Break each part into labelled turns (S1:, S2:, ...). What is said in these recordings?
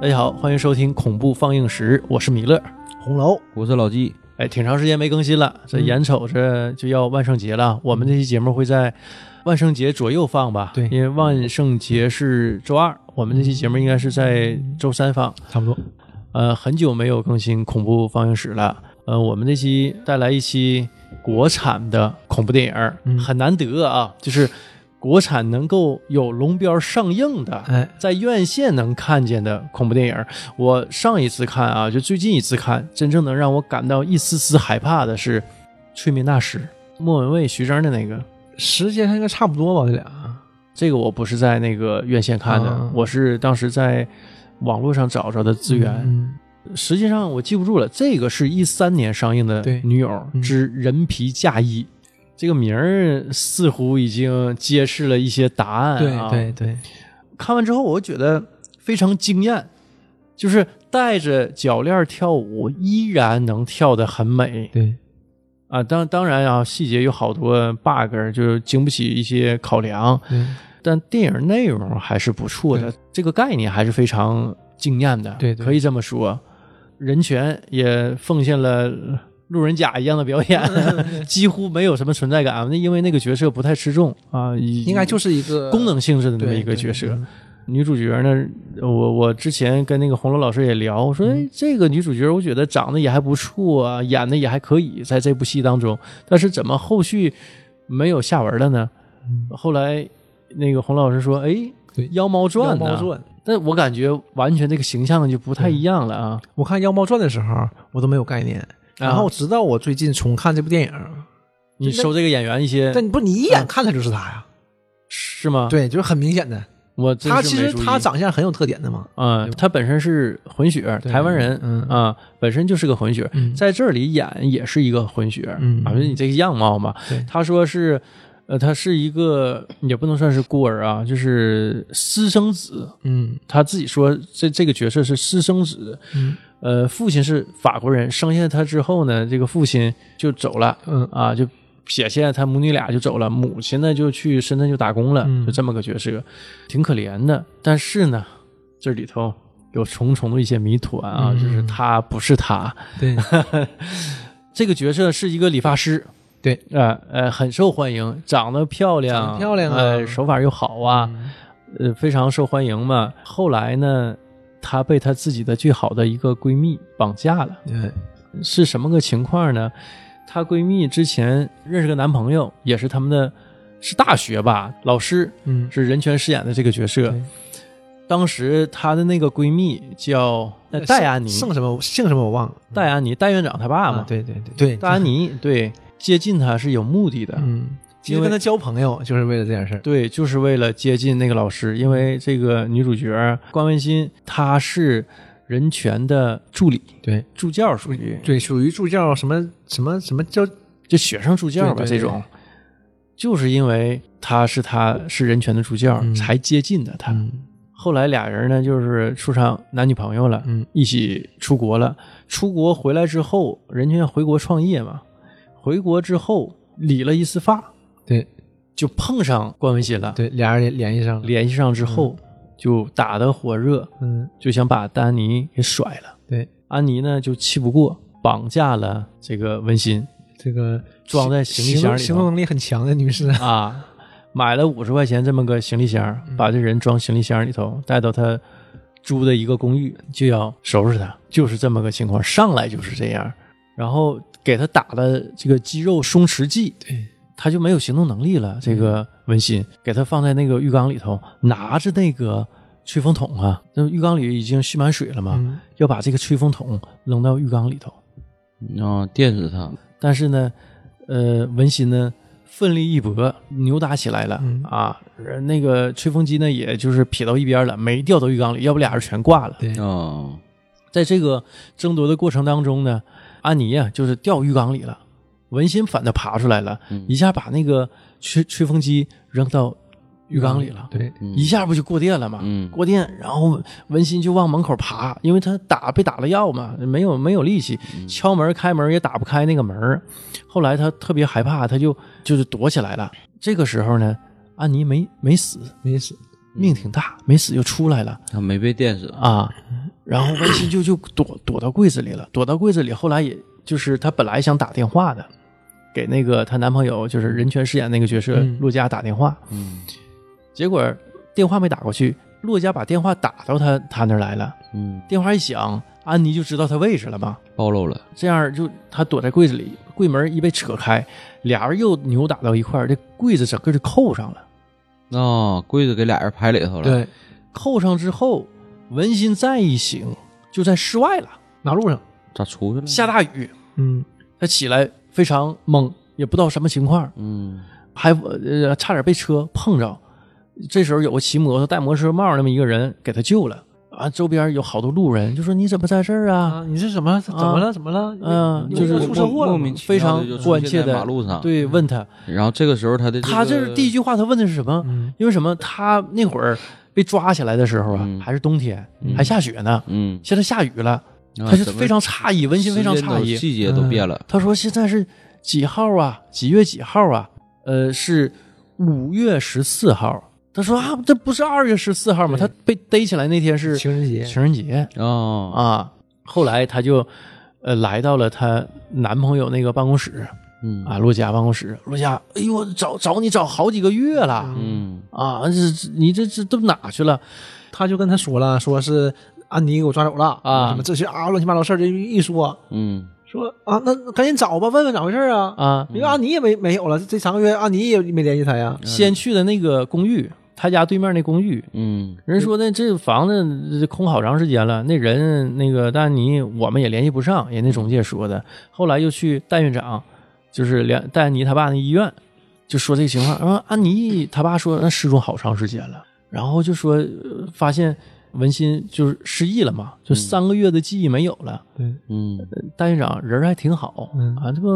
S1: 大家好，欢迎收听恐怖放映室，我是米勒。
S2: 红楼，
S3: 我是老纪，
S1: 哎，挺长时间没更新了，这
S2: 嗯
S1: 眼瞅着就要万圣节了，我们这期节目会在万圣节左右放吧？
S2: 对
S1: 因为万圣节是周二，我们这期节目应该是在周三放。
S2: 差不多。
S1: 呃，很久没有更新恐怖放映室了。呃，我们这期带来一期国产的恐怖电影儿，
S2: 嗯
S1: 很难得啊，就是国产能够有龙标上映的，
S2: 哎，
S1: 在院线能看见的恐怖电影儿。我上一次看啊，就最近一次看，真正能让我感到一丝丝害怕的是《催眠大师》，莫文蔚、徐峥的那个。
S2: 时间应该差不多吧，这俩。
S1: 这个我不是在那个院线看的，
S2: 啊
S1: 我是当时在网络上找着的资源。
S2: 嗯，
S1: 实际上我记不住了，这个是一三年上映的
S2: 对
S1: 《女友
S2: 嗯
S1: 之人皮嫁衣》，这个名儿似乎已经揭示了一些答案、
S2: 对
S1: 啊。
S2: 对对，
S1: 看完之后，我觉得非常惊艳，就是带着脚链跳舞，依然能跳得很美
S2: 对，
S1: 啊！当当然啊，细节有好多 bug，儿就是经不起一些考量，
S2: 对，
S1: 但电影内容还是不错的，这个概念还是非常惊艳的，
S2: 对对
S1: 可以这么说。人权也奉献了路人甲一样的表演， 几乎没有什么存在感。那因为那个角色不太吃重啊，应
S2: 应该就是一个
S1: 功能性质的那么
S2: 对
S1: 一个
S2: 对
S1: 角色。
S2: 嗯
S1: 女主角呢，我我之前跟那个红楼老师也聊，我
S2: 嗯
S1: 说、哎、这个女主角我觉得长得也还不错啊，演的也还可以，在这部戏当中，但是怎么后续没有下文了呢？后来那个红楼老师说，哎，
S2: 嗯对
S1: 妖猫传
S2: 妖
S1: 呢？
S2: 猫传。
S1: 但我感觉完全这个形象就不太一样了啊。
S2: 我看《妖猫传》的时候，我都没有概念，然后直到我最近重看这部电影，
S1: 你收这个演员一些
S2: 但你不，你一眼看他就是他呀，
S1: 是吗？，
S2: 对，就是很明显的。
S1: 我真
S2: 他
S1: 是
S2: 其
S1: 没
S2: 实
S1: 注意
S2: 他长相很有特点的嘛，
S1: 嗯，他本身是混血，
S2: 对
S1: 台湾人，
S2: 嗯
S1: 啊，本身就是个混血，
S2: 嗯
S1: 在这里演也是一个混血，啊
S2: 嗯
S1: 反正你这个样貌嘛
S2: 对，
S1: 他说是，呃，他是一个也不能算是孤儿啊，就是私生子，
S2: 嗯
S1: 他自己说这这个角色是私生子，
S2: 嗯
S1: 呃，父亲是法国人，生下他之后呢，这个父亲就走了，
S2: 嗯
S1: 啊，就撇下他母女俩就走了，母亲呢就去深圳就打工了，
S2: 嗯
S1: 就这么个角色，挺可怜的。但是呢，这里头有重重的一些谜团啊，
S2: 嗯
S1: 就是他不是他，
S2: 对
S1: 这个角色是一个理发师。
S2: 对，
S1: 呃呃，很受欢迎，长得漂亮，
S2: 长得漂亮啊
S1: 呃，手法又好啊，
S2: 嗯
S1: 呃，非常受欢迎嘛。后来呢，她被她自己的最好的一个闺蜜绑架了，
S2: 对
S1: 是什么个情况呢？她闺蜜之前认识个男朋友，也是他们的是大学吧，老师
S2: 嗯
S1: 是任泉饰演的这个角色
S2: 对。
S1: 当时她的那个闺蜜叫、呃戴安妮，
S2: 姓什么姓什么我忘了，
S1: 戴安妮，戴院长他爸嘛，
S2: 啊，对对对对，
S1: 戴安妮对接近她是有目的的，
S2: 嗯，其
S1: 因
S2: 实
S1: 为
S2: 跟他交朋友就是为了这件事儿。
S1: 对，就是为了接近那个老师，因为这个女主角关文心她是任泉的助理，
S2: 对
S1: 助教属于
S2: 对，属于助教什么什么什么叫
S1: 就学生助教吧，
S2: 对对对
S1: 这种，就是因为他是他是人权的助教、
S2: 嗯
S1: 才接近的他。
S2: 嗯
S1: 后来俩人呢，就是处上男女朋友了，
S2: 嗯
S1: 一起出国了。出国回来之后，人权回国创业嘛，回国之后理了一次发，
S2: 对
S1: 就碰上关文新了。
S2: 对，嗯俩人联系上了，
S1: 联系上之后，就打得火热，
S2: 嗯
S1: 就想把丹尼给甩了。
S2: 对，
S1: 安妮呢就气不过，绑架了这个文心，
S2: 这个
S1: 装在行
S2: 行
S1: 李箱里头
S2: 行动能力很强的女士，
S1: 啊，买了五十块钱这么个行李箱，
S2: 嗯
S1: 把这人装行李箱里头，带到他租的一个公寓，就要收拾他，就是这么个情况，上来就是这样，然后给他打了这个肌肉松弛剂，
S2: 对，嗯
S1: 他就没有行动能力了。这个文心给他放在那个浴缸里头，拿着那个吹风筒啊，那浴缸里已经蓄满水了嘛，
S2: 嗯
S1: 要把这个吹风筒扔到浴缸里头，
S3: 然后哦电死他，
S1: 但是呢，呃，文心呢奋力一搏，扭打起来了、
S2: 嗯
S1: 啊！呃那个吹风机呢，也就是撇到一边了，没掉到浴缸里，要不俩人全挂了。
S2: 对
S3: 哦，
S1: 在这个争夺的过程当中呢，安妮呀、啊就是掉浴缸里了，文心反倒爬出来了，
S2: 嗯
S1: 一下把那个吹吹风机扔到浴缸里了。
S2: 对
S3: 嗯
S1: 一下不就过电了吗？
S3: 嗯
S1: 过电，然后文心就往门口爬，因为他打被打了药嘛，没有没有力气，敲门开门也打不开那个门儿。后来他特别害怕，他就就是躲起来了。这个时候呢，安妮没没死，
S2: 没死，
S1: 命挺大，没死就出来了
S3: 他没被电死，
S1: 啊。 然后温馨就就躲躲到柜子里了，躲到柜子里。后来也就是她本来想打电话的，给那个她男朋友就是任泉饰演那个角色
S2: 嗯
S1: 陆佳打电话，
S3: 嗯
S1: 结果电话没打过去，陆佳把电话打到她她那儿来了。
S3: 嗯，
S1: 电话一响，安妮就知道她位置了嘛。
S3: 暴露了，
S1: 这样就她躲在柜子里，柜门一被扯开，俩人又扭打到一块儿，这柜子整个就扣上了。
S3: 那、柜子给俩人拍里头了，，
S2: 对，
S1: 扣上之后，文心再一醒，就在室外了，
S2: 马路上，
S3: 咋出去了？
S1: 下大雨，
S2: 嗯，
S1: 她起来非常懵，也不知道什么情况，
S3: 嗯
S1: 还呃差点被车碰着。这时候有个骑摩托、戴摩托车帽那么一个人给她救了啊，周边有好多路人就说你怎么在这儿啊？
S2: 啊，你是什么？怎么了？怎么了？
S1: 嗯
S2: 你
S1: 就是
S2: 你出车祸了
S3: 莫
S2: 吗
S3: 名其
S1: 非
S3: 妙
S1: 常
S3: 地就出
S1: 关
S3: 现
S1: 切
S3: 在
S1: 的
S3: 马路上，，嗯
S1: 对，问她，
S3: 然啊后这个时候他的
S1: 她这
S3: 个
S1: 是第一句话，她问的是什么？
S2: 嗯
S1: 因为什么？他那会儿被抓起来的时候啊，
S3: 嗯
S1: 还是冬天，还下雪呢。
S3: 嗯，
S1: 现在下雨了，
S3: 啊
S1: 他就非常诧异，文心非常
S3: 时间都
S1: 诧异。
S3: 细节都变了，
S1: 他说：“现在是几号啊？几月几号啊？呃，是五月十四号。”他说：“啊，这不是二月十四号吗？”他被逮起来那天是
S2: 情人节，
S1: 情人节
S3: 哦，
S1: 啊。后来他就呃来到了她男朋友那个办公室
S3: 嗯
S1: 啊，陆佳办公室。陆佳，哎呦，找找你找好几个月了。
S3: 嗯
S1: 啊，这这你这这都哪去了？
S2: 他就跟他说了，说是安妮给我抓走了
S1: 啊
S2: 什么这些啊乱七八糟事儿，这一说
S3: 嗯
S2: 说啊，那那赶紧找吧，问问咋回事儿啊？
S1: 啊，
S2: 因为安妮也没没有了，这三个月安妮也没联系他呀。
S1: 先去的那个公寓，他家对面那公寓，
S3: 嗯
S1: 人说那这房子空好长时间了，那人那个丹尼我们也联系不上，人家中介说的。后来又去戴院长，就是连戴安妮他爸那医院，就说这个情况。然后安妮他爸说那失踪好长时间了，然后就说、呃发现文心就是失忆了嘛，就三个月的记忆没有了。
S3: 嗯
S1: 戴院长人儿还挺好，
S2: 嗯
S1: 啊，这不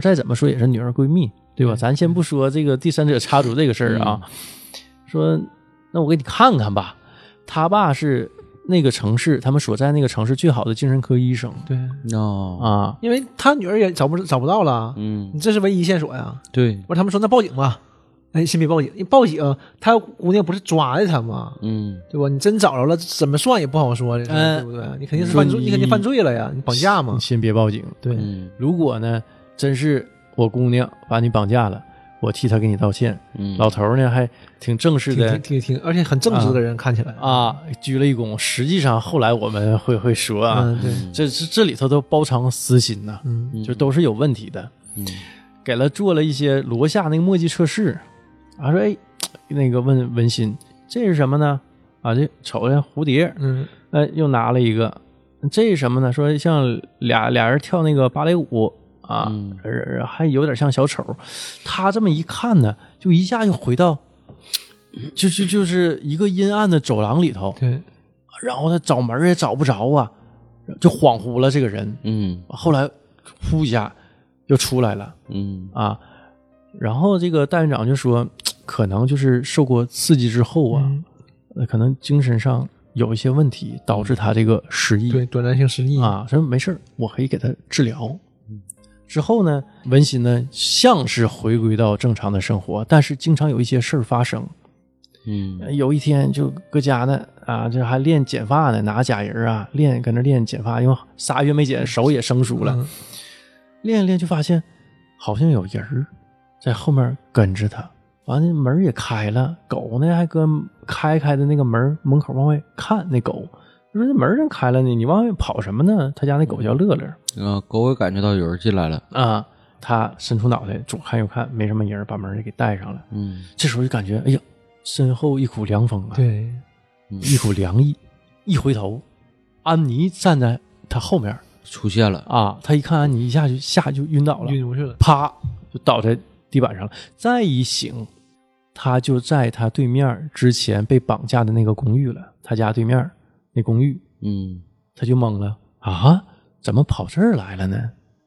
S1: 再怎么说也是女儿闺蜜，对吧？咱先不说这个第三者插足这个事儿啊，说那我给你看看吧。他爸是那个城市，他们所在那个城市最好的精神科医生
S2: 对，
S3: 哦
S1: 啊，
S2: 因为他女儿也找不找不到了，
S3: 嗯
S2: 你这是唯一线索呀。
S3: 对
S2: 不是他们说那报警吧？哎，先别报警，你报警，他姑娘不是抓的他吗？
S3: 嗯
S2: 对吧？你真找着了，怎么算也不好说，这事
S1: 嗯
S2: 儿对不对？你肯定是
S1: 说
S2: 犯罪，
S1: 你
S2: 你肯定犯罪了呀，你绑架嘛
S1: 你。先别报警。
S2: 对
S3: 嗯
S1: 如果呢，真是我姑娘把你绑架了，我替她给你道歉。
S3: 嗯
S1: 老头儿呢还挺正式
S2: 挺
S1: 的
S2: 挺挺挺，而且很正直的人，看起来，
S1: 啊，鞠了一躬。实际上后来我们会会说啊，
S2: 嗯，对，
S1: 这这这里头都包藏私心呐、
S2: 嗯
S1: 就都是有问题的。
S3: 嗯
S1: 给了做了一些罗夏那个墨迹测试，啊说哎，那个问文心这是什么呢？啊这瞅着蝴蝶，
S2: 嗯
S1: 呃又拿了一个，这是什么呢？说像俩俩人跳那个芭蕾舞啊，
S3: 嗯
S1: 呃还有点像小丑。他这么一看呢，就一下就回到，就就就是一个阴暗的走廊里头，
S2: 对，
S1: 然后他找门儿也找不着啊，就恍惚了这个人。
S3: 嗯
S1: 后来呼一下就出来了
S3: 嗯
S1: 啊。然后这个戴院长就说，可能就是受过刺激之后啊，
S2: 嗯
S1: 呃可能精神上有一些问题，导致他这个失忆
S2: 对，短暂性失忆，
S1: 啊。说没事儿我可以给他治疗。
S2: 嗯
S1: 之后呢，文心呢像是回归到正常的生活，但是经常有一些事儿发生。呃
S3: 嗯
S1: 有一天就搁家呢啊，这还练剪发呢，拿假人儿啊练，搁那练剪发，因为仨月没剪，手也生疏了。
S2: 嗯
S1: 练一练就发现好像有人儿在后面跟着他，完了门儿也开了，狗呢还跟开开的那个门儿门口往外看，那狗就说那门儿真开了呢，你往外跑什么呢？他家那狗叫乐乐
S3: 啊，狗也感觉到有人进来了，
S1: 啊，他伸出脑袋左看右看，没什么人儿，把门儿也给带上了。
S3: 嗯
S1: 这时候就感觉哎呀，身后一股凉风啊，
S2: 对，
S1: 一股凉意，一回头，安妮站在他后面儿
S3: 出现了，
S1: 啊，他一看安妮，一下就吓就晕倒了，
S2: 晕过去了，
S1: 啪就倒在地板上了。再一醒，他就在他对面之前被绑架的那个公寓了，他家对面那公寓，
S3: 嗯
S1: 他就懵了啊，怎么跑这儿来了呢？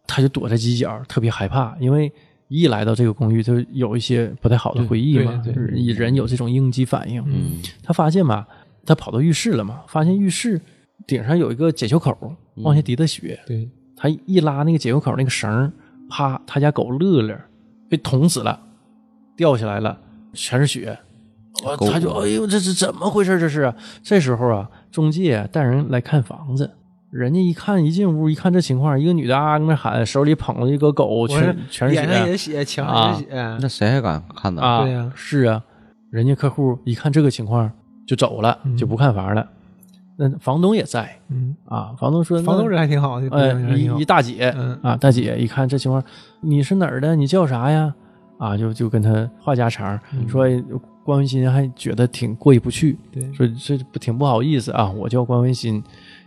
S1: 他就躲在犄角，特别害怕，因为一来到这个公寓，就有一些不太好的回忆嘛，
S2: 对对
S1: 人人有这种应激反应。
S3: 嗯
S1: 他发现吧，他跑到浴室了嘛，发现浴室顶上有一个解袖口，往
S2: 嗯
S1: 下滴的血。
S2: 对，
S1: 他一拉那个解袖口那个绳儿，啪，他家狗乐乐被捅死了，掉下来了，全是血。我
S3: 狗
S1: 他就哎呦，这是怎么回事？这是这时候啊，中介带人来看房子。人家一看一进屋，一看这情况，一个女的啊，那边喊，手里捧了一个狗，全全是
S2: 脸上
S1: 血
S2: 也血，墙上也血，
S3: 那谁还敢看呢？
S1: 啊！
S2: 对呀
S1: 是啊，人家客户一看这个情况就走了，
S2: 嗯
S1: 就不看房了。那房东也在
S2: 嗯，
S1: 啊，房东说，那
S2: 房东人还挺好的，
S1: 呃
S2: 人还挺好
S1: 一一大姐，
S2: 嗯
S1: 啊，大姐一看这情况，你是哪儿的？你叫啥呀？啊，就就跟他话家常，说关文新还觉得挺过意不去，
S2: 对，
S1: 说这不挺不好意思啊，我叫关文新，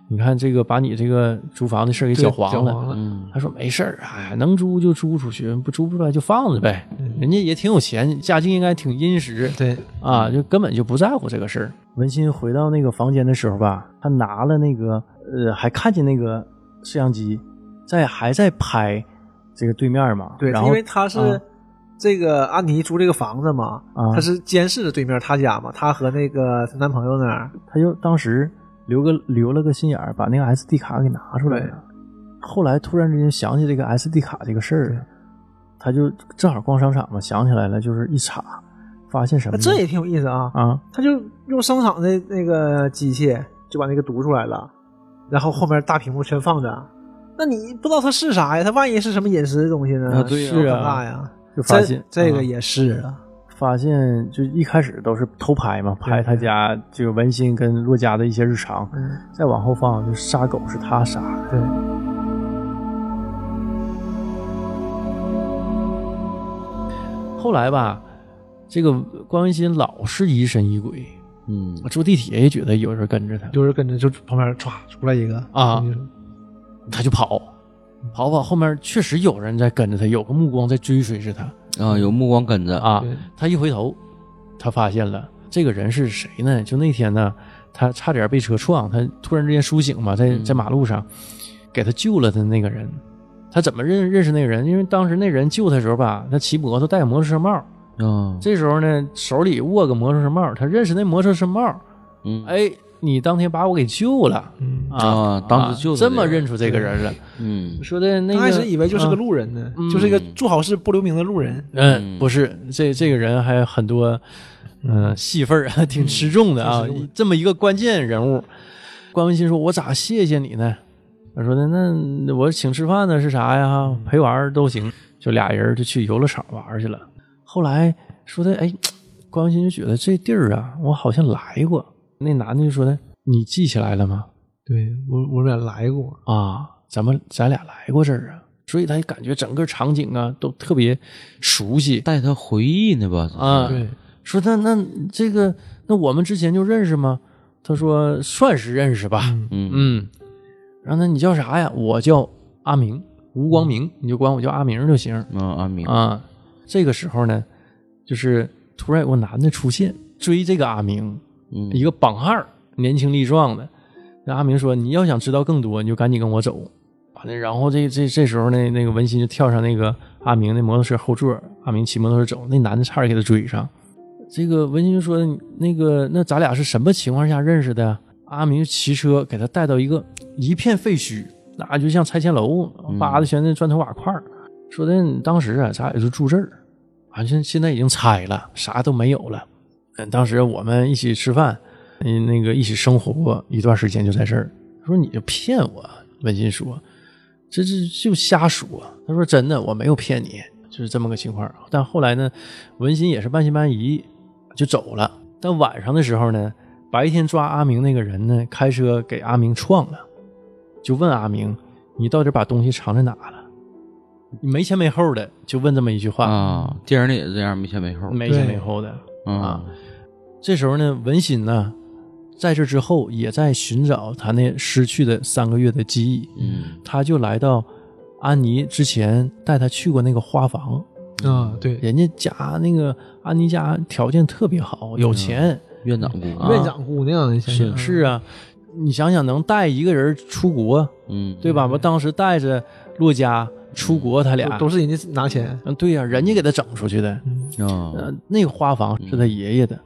S1: 你看这个把你这个租房的事儿给搅黄了。
S2: 了，
S3: 嗯，
S1: 他说没事儿，哎，能租就租出去，不租不出来就放着呗。人家也挺有钱，家境应该挺殷实
S2: 嗯对，
S1: 啊，就根本就不在乎这个事儿。文新回到那个房间的时候吧，他拿了那个呃，还看见那个摄像机在还在拍这个对面嘛。
S2: 对，
S1: 然后
S2: 因为他是
S1: 啊
S2: 这个安妮租这个房子嘛，
S1: 啊
S2: 他是监视着对面他家嘛，他和那个她男朋友那儿，
S1: 他就当时留个留了个心眼儿，把那个 SD 卡给拿出来
S2: 对
S1: 了。后来突然之间想起这个 SD 卡这个事儿了，他就正好逛商场嘛，想起来了，就是一查，发现什么
S2: 那
S1: 呢？
S2: 这也挺有意思啊，
S1: 啊，
S2: 他就用商场的那个机器就把那个读出来了，然后后面大屏幕全放着。那你不知道它是啥呀？它万一是什么隐私的东西呢？
S3: 啊对呀
S2: 多
S1: 是啊
S2: 尴尬呀！
S1: 就发
S2: 这
S1: 现
S2: 这
S1: 啊
S2: 个也是啊，
S1: 发现就一开始都是偷拍嘛，拍他家这个文心跟若家的一些日常，
S2: 嗯，
S1: 再往后放就杀狗是他杀的，
S2: 对，
S1: 后来吧，这个关文新老是疑神疑鬼，
S3: 嗯
S1: 我坐地铁也觉得有人跟着他，
S2: 有人跟着就旁边歘出来一个
S1: 啊他就跑，跑跑后面确实有人在跟着他，有个目光在追随着他
S3: 啊，有目光跟着，
S1: 啊
S2: 对。
S1: 他一回头，他发现了这个人是谁呢？就那天呢，他差点被车撞，他突然之间苏醒嘛，在在马路上，给他救了的那个人，他怎么认认识那个人？因为当时那人救他的时候吧，他骑摩托戴个摩托车帽，
S3: 嗯
S1: 这时候呢手里握个摩托车帽，他认识那摩托车帽，
S3: 嗯
S1: 哎，你当天把我给救了
S2: 嗯，
S1: 啊
S3: 啊当时救的
S1: 这么
S3: 这个人
S1: 认出这个人了，
S3: 嗯
S1: 说的那
S2: 刚
S1: 个
S2: 开始以为就是
S1: 啊
S2: 个路人呢，
S1: 嗯
S2: 就是一个做好事不留名的路人。
S1: 嗯，不是，这这个人还有很多，嗯、戏份儿啊，挺吃重的啊
S2: 嗯挺吃重的，
S1: 这么一个关键人物。关文新说：“我咋谢谢你呢？”他说：“那那我请吃饭呢，是啥呀？陪玩儿都行。”就俩人就去游乐场玩儿去了。后来说的，哎，关文新就觉得这地儿啊，我好像来过。那男的就说的：“你记起来了吗？”
S2: 对我，我俩来过，
S1: 啊，咱们咱俩来过这儿啊，所以他感觉整个场景啊都特别熟悉。
S3: 带他回忆呢吧？
S1: 啊
S2: 对，
S1: 说那那这个那我们之前就认识吗？他说算是认识吧，
S3: 嗯
S1: 嗯。然后那你叫啥呀？我叫阿明，吴光明，你就管我叫阿明就行
S3: 嗯，阿明，
S1: 啊。这个时候呢，就是突然有个男的出现追这个阿明，
S3: 嗯
S1: 一个绑汉儿，年轻力壮的。那阿明说：“你要想知道更多，你就赶紧跟我走。”完了，然后这这这时候呢，那个文心就跳上那个阿明的摩托车后座，阿明骑摩托车走，那男的差点给他追上。这个文心就说：“那个，那咱俩是什么情况下认识的呀？”阿明骑车给他带到一个一片废墟，那就像拆迁楼，扒的全是砖头瓦块儿。说的你当时啊，咱俩就住这儿，完现现在已经拆了，啥都没有了。嗯，当时我们一起吃饭，嗯，那个一起生活过一段时间，就在这儿。他说你就骗我，文心说，这这就瞎说。他说真的，我没有骗你，就是这么个情况。但后来呢，文心也是半信半疑，就走了。但晚上的时候呢，白天抓阿明那个人呢，开车给阿明撞了，就问阿明，你到底把东西藏在哪了？没前没后的就问这么一句话，
S3: 啊，电影里也这样，没前没后
S1: 没前
S2: 对
S1: 没后的。啊
S3: 啊，
S1: 这时候呢，文心呢，在这之后也在寻找他那失去的三个月的记忆。
S3: 嗯
S1: 他就来到安妮之前带他去过那个花房，
S2: 啊，对，
S1: 人家家那个安妮家条件特别好，有钱。
S3: 院长姑
S1: 啊
S2: 院长姑娘，你想想
S1: 是啊，你想想能带一个人出国，
S3: 嗯
S1: 对吧？我当时带着洛嘉出国，他俩
S2: 都都是人家拿钱，
S1: 嗯，对呀、人家给他整出去的。
S3: 啊
S1: 呃，那个花房是他爷爷的，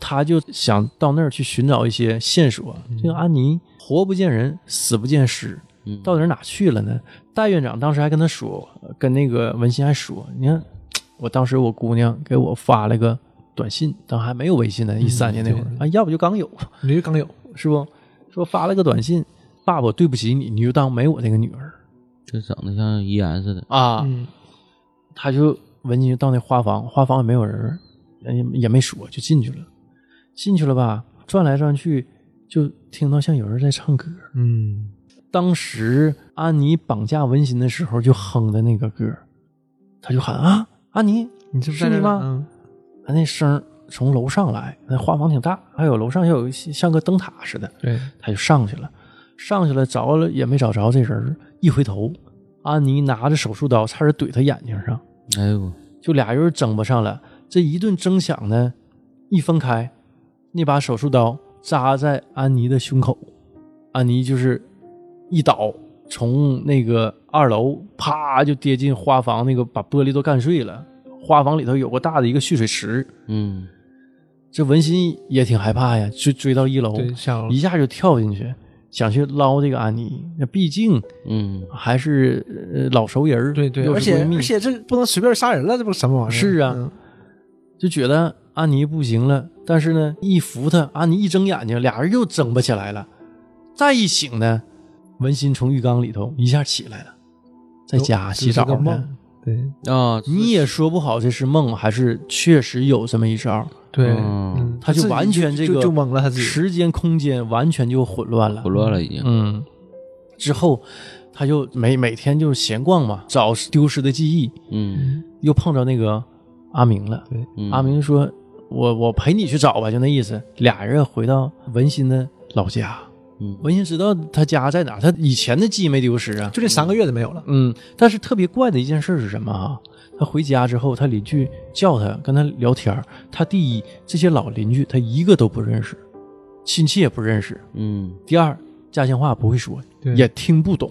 S1: 他就想到那儿去寻找一些线索。这个安妮活不见人，死不见尸，
S3: 嗯
S1: 到底儿哪去了呢？戴院长当时还跟他说，呃跟那个文心还说，你看，我当时我姑娘给我发了个短信，当时还没有微信呢，一三年那会儿、
S2: 对
S1: 啊，要不就刚有，
S2: 你这刚有，
S1: 是不？说发了个短信：“爸爸，对不起你，你就当没我这个女儿
S3: 这长得像遗言似的，
S1: 啊。
S2: 嗯
S1: 他就闻进去到那花房，花房也没有人，人家也没说，就进去了。进去了吧，转来转去，就听到像有人在唱歌。
S2: 嗯，
S1: 当时安妮绑架文心的时候就哼的那个歌，他就喊啊，安妮，
S2: 你这不
S1: 是
S2: 在
S1: 你
S2: 这呢
S1: 吗？
S2: 嗯
S1: 他那声儿从楼上来，那花房挺大，还有楼上还有一些像个灯塔似的，
S2: 对，
S1: 他就上去了，上去了着了也没找着这人儿，一回头，安妮拿着手术刀差点怼他眼睛上。
S3: 哎呦，
S1: 就俩人争不上了。这一顿争抢呢，一分开，那把手术刀扎在安妮的胸口，安妮就是一倒，从那个二楼啪就跌进花房那个，把玻璃都干碎了。花房里头有个大的一个蓄水池，
S3: 嗯，
S1: 这文心也挺害怕呀，追追到一楼，
S2: 对，下楼
S1: 哦一下就跳进去，想去捞这个安妮。那毕竟
S3: 嗯，
S1: 还是呃老熟人儿
S2: 对对，
S1: 又
S2: 而
S1: 是
S2: 且
S1: 闺蜜
S2: 而且这不能随便杀人了，这不什么玩意儿？
S1: 是啊
S2: 嗯
S1: 就觉得安妮不行了，但是呢，一扶她，安妮一睁眼睛，俩人又争吧起来了。再一醒呢，文心从浴缸里头一下起来了，在家洗澡
S2: 这是个
S1: 呢。
S2: 梦，对
S3: 啊，
S1: 你也说不好这是梦还是确实有这么一招，
S2: 对，
S3: 嗯
S2: 嗯
S1: 他就完全这
S2: 就
S1: 个
S2: 就懵了，他自己
S1: 时间空间完全就混乱了
S3: 混。乱了已经，
S1: 嗯，之后他就每每天就是闲逛嘛，找丢失的记忆，
S3: 嗯，
S1: 又碰着那个阿明了。
S3: 嗯
S1: 阿，明说：“我我陪你去找吧，就那意思。”俩人回到文心的老家，
S3: 嗯
S1: 文心知道他家在哪儿，他以前的记忆没丢失啊。
S2: 就这三个月都没有了。
S1: 嗯，但是特别怪的一件事是什么啊？他回家之后，他邻居叫他跟他聊天儿，他第一，这些老邻居他一个都不认识，亲戚也不认识；
S3: 嗯，
S1: 第二，家乡话不会说，
S2: 对
S1: 也听不懂。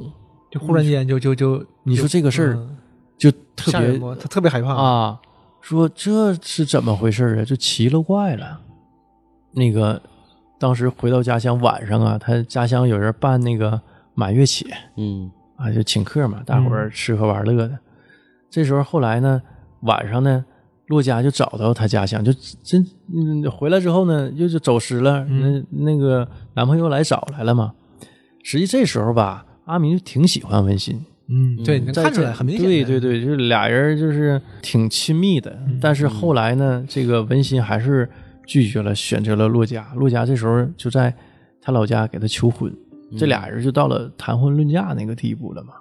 S2: 就忽然间就就就
S1: 你说这个事儿
S2: 嗯
S1: 就特
S2: 吓人
S1: 别
S2: 不？他特别害怕，
S1: 啊，说这是怎么回事儿啊？就奇了怪了。那个当时回到家乡，晚上啊，他家乡有人办那个满月节
S3: 嗯，
S1: 啊，就请客嘛，大伙儿吃喝玩乐的。这时候后来呢，晚上呢，洛家就找到他家乡，就真嗯回来之后呢，又就走失了。
S2: 嗯
S1: 那那个男朋友来找来了嘛。实际这时候吧，阿明就挺喜欢文心，
S2: 嗯，对，你能
S1: 在
S2: 看出来，
S1: 这
S2: 很明显。
S1: 对对，对，就是俩人就是挺亲密的，
S2: 嗯
S1: 但是后来呢，这个文心还是拒绝了，选择了洛家。洛家这时候就在他老家给他求婚，
S2: 嗯
S1: 这俩人就到了谈婚论嫁那个地步了嘛。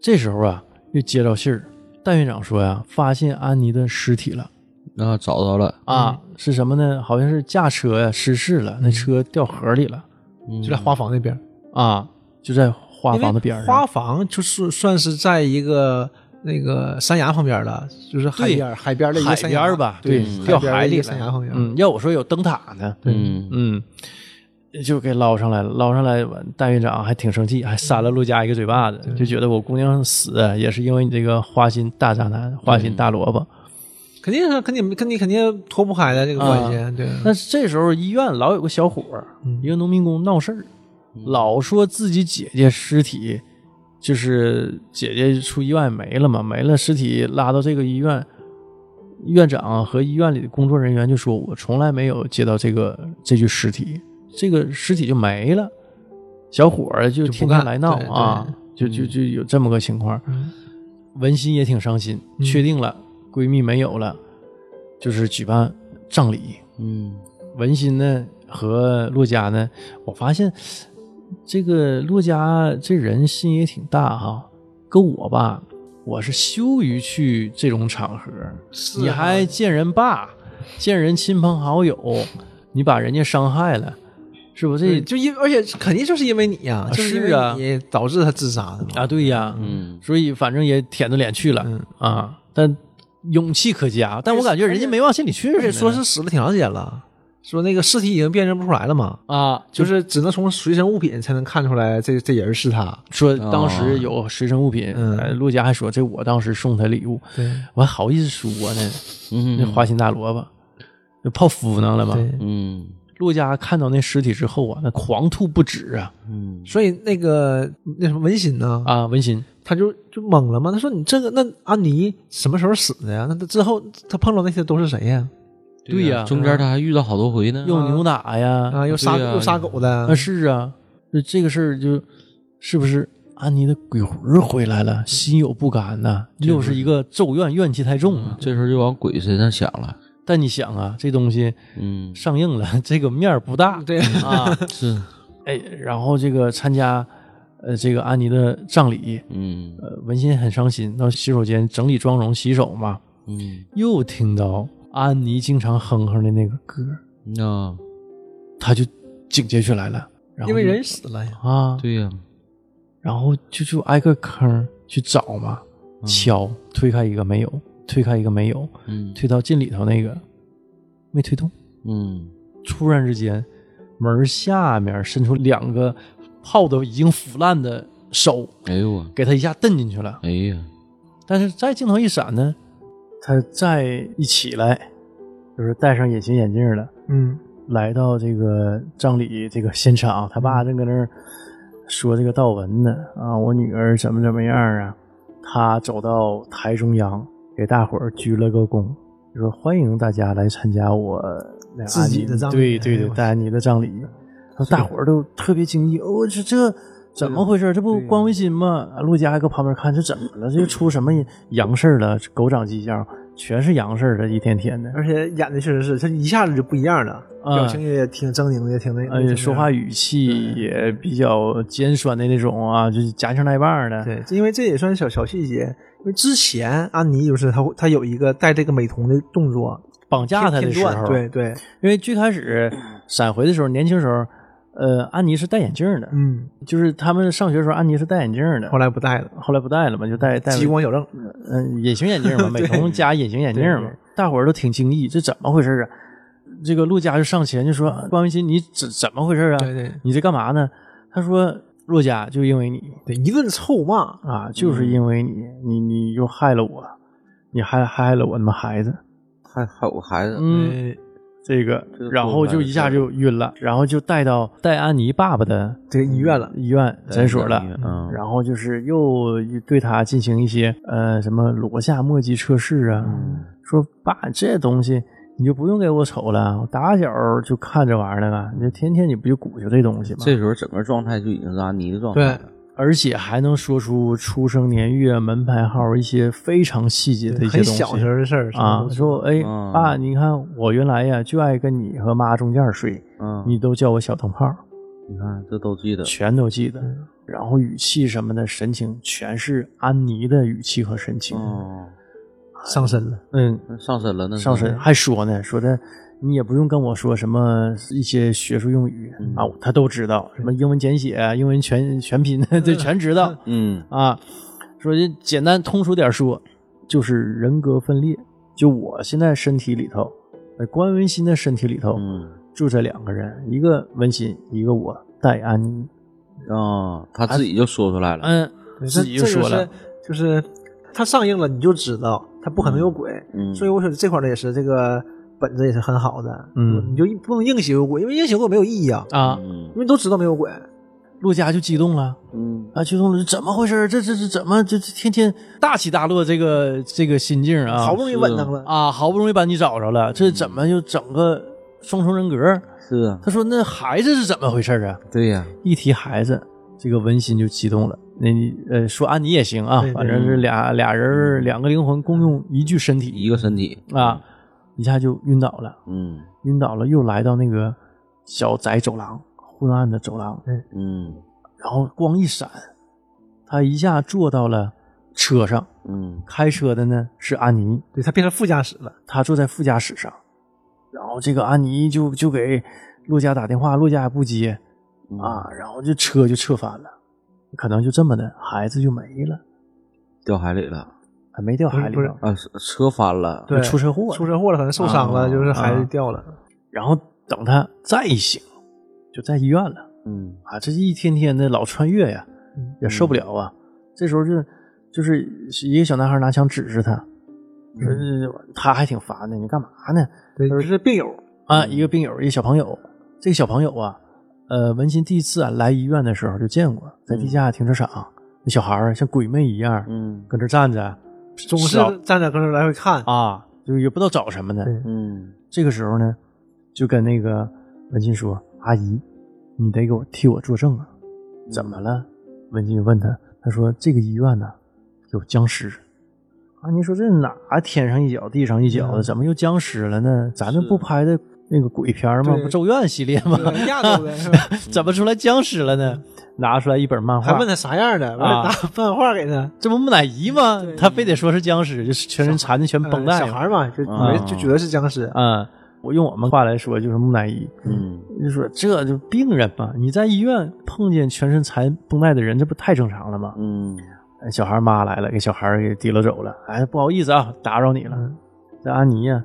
S1: 这时候啊，又接到信儿，戴院长说呀、发现安妮的尸体了
S3: 啊，找到了，
S1: 啊，是什么呢？好像是驾车呀、失事了，
S2: 嗯
S1: 那车掉河里了
S3: 嗯
S2: 就在花房那边，
S1: 啊，就在花
S2: 因为
S1: 房的边儿
S2: 花
S1: 上。
S2: 房就是算是在一个那个山崖旁边了，就是海边儿海边儿的一个山崖
S1: 海边儿吧
S2: 对
S1: 对，
S2: 边
S1: 掉
S2: 儿
S1: 海
S2: 一个
S1: 里
S2: 山
S1: 了
S2: 崖旁边。
S1: 嗯，要我说有灯塔呢，
S3: 嗯
S1: 嗯，就给捞上来了。捞上来完，戴院长还挺生气，还扇了陆家一个嘴巴子，就觉得我姑娘死啊也是因为你这个花心大渣男、花心大萝卜。
S2: 肯定是肯定跟你肯定脱不开的这个关系，对，
S1: 但是这时候医院老有个小伙儿，
S2: 嗯
S1: 一个农民工闹事儿，老说自己姐姐尸体就是姐姐出意外没了嘛，没了尸体拉到这个医院。院长和医院里的工作人员就说：“我从来没有接到这个这具尸体，这个尸体就没了。”小伙儿就
S2: 就不
S1: 天
S2: 干
S1: 天来闹
S2: 对嗯
S1: 啊，就就就有这么个情况。文心也挺伤心，
S2: 嗯
S1: 确定了闺蜜没有了，就是举办葬礼。
S3: 嗯
S1: 文心呢和洛家呢，我发现这个洛家这人心也挺大哈、跟我吧，我是羞于去这种场合，
S2: 是
S1: 你
S2: 啊
S1: 还见人爸，见人亲朋好友，你把人家伤害了，是不
S2: 对
S1: 这
S2: 就因而且肯定就是因为你呀，就是因为
S1: 是啊
S2: 你导致他自杀的嘛。
S1: 啊？对呀，
S3: 嗯
S1: 所以反正也舔着脸去了、
S2: 嗯
S1: 啊，但勇气可嘉，但我感觉人家没往心里去似的，
S2: 而且说是死了挺长时间了，说那个尸体已经辨认不出来了嘛，
S1: 啊，就
S2: 就是是只能从随身物品才能看出来这这人是他。
S1: 说当时有随身物品，
S2: 啊嗯
S1: 呃陆家还说这我当时送他礼物，
S2: 对
S1: 我还好意思说呢，那
S3: 嗯
S1: 花心大萝卜，就泡芙囊了嘛。
S2: 对，
S3: 嗯
S1: 陆家看到那尸体之后啊，那狂吐不止啊
S3: 嗯
S2: 所以那个那什么文心呢，
S1: 啊！文心
S2: 他就就懵了嘛。他说你这个那安妮什么时候死的呀？那他之后他碰到那些都是谁呀？
S1: 对呀嗯
S3: 中间他还遇到好多回呢，
S1: 用牛奶呀，
S2: 啊，又杀
S3: 对呀
S2: 又杀狗的
S1: 啊，是啊，那这个事儿就是不是安妮的鬼魂回来
S2: 嗯
S1: 了，心有不甘呐、又是一个咒怨，怨气太重
S2: 嗯
S1: 啊。
S3: 这时候就往鬼身上想了。
S1: 但你想啊，这东西
S3: 嗯，
S1: 上映了， 这个面儿不大，
S2: 对
S1: 啊，
S3: 是，
S1: 哎，然后这个参加呃这个安妮的葬礼，
S3: 嗯
S1: 呃，文心很伤心，到洗手间整理妆容、洗手嘛，
S3: 嗯，
S1: 又听到安妮经常哼哼的那个歌，
S3: 嗯那
S1: 他就警戒起来了，然后
S2: 因为人死了呀，
S1: 啊，
S3: 对呀，
S1: 然后就就挨个坑去找嘛，
S2: 嗯
S1: 敲推开一个没有，推开一个没有，
S3: 嗯
S1: 推到进里头那个没推动，
S3: 嗯，
S1: 突然之间门下面伸出两个泡的已经腐烂的手，
S3: 哎呦我，
S1: 给他一下蹬进去了。
S3: 哎呀，
S1: 但是再镜头一闪呢，他再一起来，就是戴上隐形眼镜了，
S2: 嗯，
S1: 来到这个葬礼这个现场，他爸正搁那儿说这个悼文呢啊，我女儿怎么怎么样啊，他走到台中央给大伙儿鞠了个躬，就说欢迎大家来参加我那个
S2: 自己的葬礼
S1: 对对对
S2: 哎，呦
S1: 戴安妮的葬礼，大伙儿都特别惊异，哦我、这这。怎么回事？这不
S2: 对呀
S1: 光卫新吗？啊陆家还搁旁边看，这怎么了？这出什么洋事儿了？狗长迹象，全是洋事儿了，一天天的。
S2: 而且演的确实是，他一下子就不一样了，
S1: 嗯
S2: 表情也挺狰狞的，也挺那，
S1: 而且哎说话
S2: 语
S1: 语气也比较尖酸的那种啊，就是夹枪带棒的。
S2: 对，这因为这也算小小细节，因为之前安妮就是她她有一个戴这个美瞳的动作，
S1: 绑架他的
S2: 片
S1: 时
S2: 段
S1: 候，
S2: 对，对，
S1: 因为最开始闪回的时候，年轻时候，呃，安妮是戴眼镜的，
S2: 嗯，
S1: 就是他们上学的时候，安妮是戴眼镜的，
S2: 后来不戴了，
S1: 后来不戴了嘛，就戴戴
S2: 激光小正，
S1: 嗯，隐形眼镜 嘛，美瞳加隐形眼镜
S2: 对
S1: 嘛，大伙儿都挺惊异，这怎么回事啊？这个陆家就上前就说：“关文新，你怎怎么回事啊？
S2: 对对
S1: 你这干嘛呢？”他说：“陆家就因为你，
S2: 对，一顿臭骂，
S1: 啊，就是因为你，
S2: 嗯
S1: 你你又害了我，你还害了我们孩子，
S3: 还还有孩子，
S1: 嗯，
S2: 呃，
S1: 这个
S3: 这个，
S1: 然后就一下就晕了，然后就带到戴安妮爸爸的
S2: 这个医院了，
S1: 医院诊所了，
S3: 嗯，
S1: 然后就是又对他进行一些呃什么罗夏墨迹测试啊，说爸这东西。你就不用给我瞅了，我打小就看这玩意儿了，你就天天你不就鼓捣这东西吗？
S3: 这时候整个状态就已经是安妮的状态了，
S1: 而且还能说出出生年月、门牌号一些非常细节的一些
S2: 很
S1: 东西。
S2: 小时候的事儿
S1: 啊，说哎
S3: 嗯
S1: 爸，你看我原来呀就爱跟你和妈中间睡，
S3: 嗯，
S1: 你都叫我小灯泡，
S3: 你看这都记得，
S1: 全都记得。然后语气什么的，神情全是安妮的语气和神情。
S3: 哦，
S2: 上身了，
S1: 嗯，
S3: 那上身了，那是
S1: 上身还说呢，说的你也不用跟我说什么一些学术用语、
S3: 嗯
S1: 啊，他都知道，什么英文简写、啊英文全全拼，这全知道
S3: 嗯
S1: 啊。说这简单通俗点说，就是人格分裂。就我现在身体里头，呃关文新的身体里头，
S3: 嗯，
S1: 住这两个人，一个文心，一个我戴安妮。
S3: 哦，他自己就说出来了，
S1: 嗯，
S2: 对
S1: 自
S2: 这
S1: 己
S2: 这
S1: 说了
S2: 是，就是他上映了你就知道他不可能有鬼，
S3: 嗯，
S2: 所以我觉得这块儿的也是这个本子也是很好的，
S1: 嗯
S2: 你就不能硬写有鬼，因为硬写有鬼没有意义啊，
S1: 啊，
S3: 嗯
S2: 因为都知道没有鬼，
S1: 陆佳就激动了
S3: 嗯
S1: 啊，激动了，怎么回事？这这这怎么这这天天大起大落？这个这个心境啊，
S2: 好不容易
S3: 是
S2: 稳当了，
S1: 啊，好不容易把你找着了，
S2: 嗯
S1: 这怎么就整个双重人格？
S3: 是啊，
S1: 他说那孩子是怎么回事啊？
S3: 对呀，
S1: 一提孩子，这个文心就激动了。那你呃说安妮也行啊
S2: 对，对嗯
S1: 反正是俩俩人两个灵魂共用一具身体
S3: 一个身体，
S1: 啊，一下就晕倒了。
S3: 嗯
S1: 晕倒了，又来到那个小窄走廊，昏暗的走廊，
S3: 嗯
S1: 然后光一闪，他一下坐到了车上。
S3: 嗯
S1: 开车的呢是安妮，
S2: 对他变成副驾驶了，
S1: 他坐在副驾驶上。然后这个安妮就就给陆家打电话，陆家也不接
S3: 嗯
S1: 啊，然后这车就侧翻了，可能就这么的，孩子就没了，
S3: 掉海里了
S1: 还没掉海里
S2: 不是
S1: 呢，
S3: 啊，是车翻了，
S2: 对，
S1: 出车祸了
S2: 出车祸了，可能受伤了，
S3: 啊
S2: 就是孩
S1: 啊
S2: 子掉了，
S1: 然后等他再一醒，就在医院了。
S3: 嗯
S1: 啊，这一天天的老穿越呀
S2: 嗯，
S1: 也受不了啊。这时候就就是一个小男孩拿枪指着他，说、
S2: 嗯
S1: 他还挺烦的，你干嘛呢？
S2: 对，就是病友，
S1: 啊，一个病友，一个小朋友，这个小朋友啊，呃，文心第一次啊来医院的时候就见过，在地下停车场，
S2: 嗯
S1: 那小孩儿像鬼魅一样，
S3: 嗯
S1: 搁那站着
S2: 总是
S1: 少
S2: 站在搁那儿来回看，
S1: 啊，就也不知道找什么呢。
S2: 对
S3: 嗯
S1: 这个时候呢，就跟那个文心说：“阿姨，你得给我替我作证啊。”
S2: 嗯
S1: 怎么了？文静问他，他说这个医院呢有僵尸。啊，你说这哪天上一脚地上一脚的，
S2: 嗯
S1: 怎么又僵尸了呢？咱这
S3: 是
S1: 不拍的那个鬼片吗？
S2: 对
S1: 不咒怨系列吗？
S2: 对亚洲的是吧？
S1: 怎么出来僵尸了呢？拿出来一本漫
S2: 还
S1: 画
S2: 问，他啥样的，完
S1: 啊
S2: 了拿漫画给他，
S1: 这不木乃伊吗
S2: 对？
S1: 他非得说是僵尸，就是全身缠的全绷带
S2: 呃小
S1: 嘛。
S2: 孩嘛，就以为就觉得是僵尸，
S1: 啊，我用我们话来说就是木乃伊。
S3: 嗯，
S1: 就说这就病人嘛，你在医院碰见全身缠绷带的人，这不太正常了吗？
S3: 嗯，
S1: 哎小孩妈来了，给小孩给提溜走了。哎，不好意思啊，打扰你了。
S2: 嗯
S1: 这安妮呀、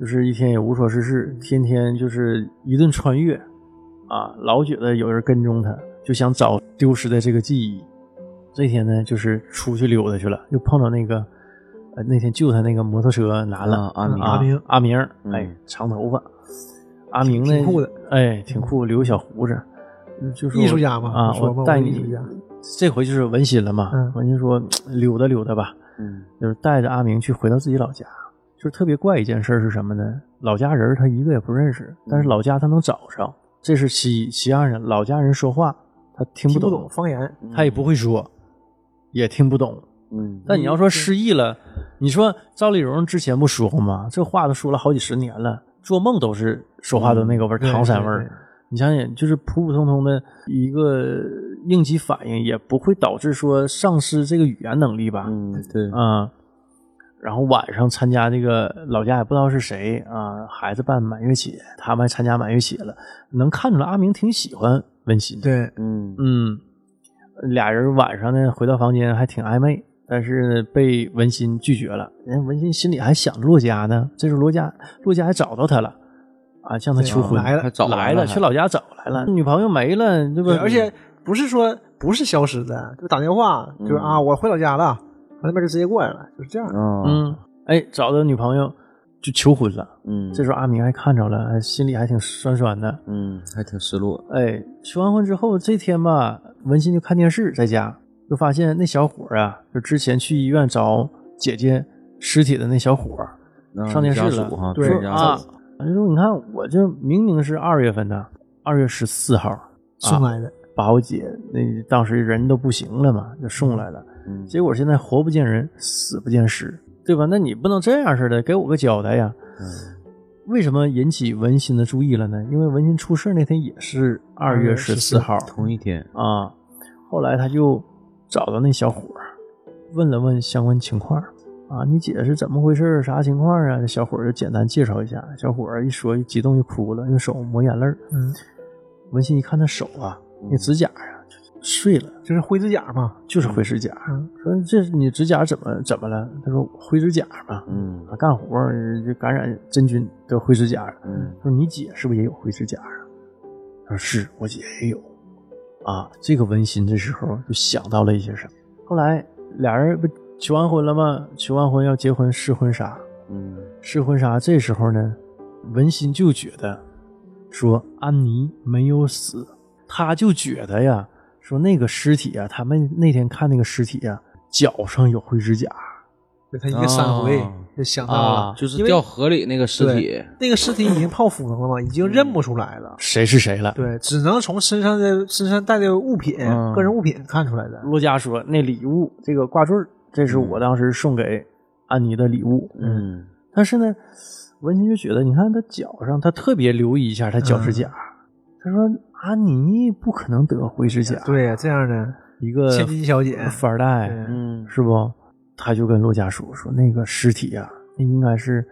S1: 就是一天也无所事事，天天就是一顿穿越，啊，老觉得有人跟踪她，就想找丢失的这个记忆。这天呢，就是出去溜达去了，又碰到那个，呃，那天救她那个摩托车男了，
S3: 啊，安妮，
S1: 啊
S2: 阿明
S1: 阿明，哎
S3: 嗯，
S1: 长头发，阿明呢，
S2: 挺酷的，
S1: 哎，挺酷，留个小胡子，就是
S2: 艺术家嘛
S1: 啊，
S2: 我说嘛
S1: 我带
S2: 我是
S1: 你
S2: 艺术家，
S1: 这回就是文心了嘛
S2: 嗯，
S1: 文心说溜达溜达吧，
S3: 嗯
S1: 就是带着阿明去回到自己老家，就是特别怪一件事儿是什么呢？老家人儿他一个也不认识，但是
S2: 嗯
S1: 老家他能找上，这是其一，其二呢，老家人说话他听
S2: 听
S1: 不
S2: 不
S1: 懂嗯
S2: 懂，方言，
S1: 他也不会说，也听不懂，
S3: 嗯，
S1: 但你要说失忆了，你说赵丽蓉之前不说吗？这话都说了好几十年了，做梦都是说话都那个味儿，
S2: 嗯对
S1: 唐山味
S2: 对对
S1: 儿。你想想，就是普普通通的一个应急反应，也不会导致说丧失这个语言能力吧？
S3: 嗯，对，
S1: 啊，然后晚上参加这个老家也不知道是谁啊，孩子办满月节，他们还参加满月节了，能看出来阿明挺喜欢温馨的。
S2: 对，
S3: 嗯
S1: 嗯，俩人晚上呢回到房间还挺暧昧，但是呢被文心拒绝了。人家文心心里还想着洛佳呢，这时候罗佳洛佳还找到他了，啊，向他求
S2: 对
S1: 婚
S2: 来了
S3: 还找
S1: 来
S3: 了，
S1: 去老家找来了，女朋友没了，对吧？
S2: 对，而且不是说不是消失的，就打电话，就是
S3: 嗯
S2: 啊，我回老家了，完那边就直接过来了，就是这样。
S3: 啊，
S1: 嗯，哎，找到女朋友就求婚了。
S3: 嗯，
S1: 这时候阿明还看着了，哎心里还挺酸酸的。
S3: 嗯，还挺失落，
S1: 哎，求完婚之后这天吧，文心就看电视，在家就发现那小伙儿啊，就之前去医院找姐姐尸体的那小伙儿
S3: 那
S1: 上电视
S3: 家
S1: 了
S3: 属哈，
S2: 对
S3: 对
S1: 啊，就说你看我这明明是二月份的，二月十四号
S2: 送来的，
S1: 把我姐那当时人都不行了嘛，就送来了，
S3: 嗯，
S1: 结果现在活不见人，死不见尸，对吧？那你不能这样似的，给我个交代呀！
S3: 嗯
S1: 为什么引起文心的注意了呢？因为文心出事那天也是二月十四号，
S3: 同一天，
S1: 啊，后来他就找到那小伙儿，问了问相关情况啊，你姐是怎么回事儿，啥情况啊？这小伙儿就简单介绍一下。小伙儿一说，一激动就哭了，用手抹眼泪儿。
S2: 嗯，
S1: 文心一看他手啊，那指甲呀、碎了，
S2: 就是灰指甲嘛，
S1: 就是灰指甲。
S2: 嗯
S1: 说这你指甲怎么怎么了？他说灰指甲嘛，
S3: 嗯
S1: 啊干活儿就感染真菌得灰指甲。
S3: 嗯
S1: 说你姐是不是也有灰指甲啊？他说是我姐也有。啊，这个文心这时候就想到了一些什么。后来俩人不求完婚了吗？求完婚要结婚试婚纱，
S3: 嗯
S1: 试婚纱这时候呢，文心就觉得说安妮没有死，他就觉得呀，说那个尸体啊，他们那天看那个尸体呀，脚上有灰指甲。
S2: 就他一个闪回
S3: 哦
S2: 就想到了
S1: 啊，
S3: 就是
S2: 因为
S3: 掉河里那个尸体，
S2: 那个尸体已经泡芙了嘛，已经认不出来了。
S1: 谁是谁了？
S2: 对，只能从身上的身上带的物品、
S3: 嗯
S2: 个人物品看出来的。
S1: 陆佳说：“那礼物，这个挂坠儿，这是我当时送给安妮的礼物。”，
S3: 嗯
S1: 但是呢，文心就觉得，你看他脚上，他特别留意一下他脚趾甲。他说：“安妮不可能得灰指甲，
S2: 对呀，这样的
S1: 一个
S2: 千金小姐
S1: 富二代
S2: 对
S3: 嗯
S1: 是不？”他就跟陆佳说：“说那个尸体啊，那应该是。”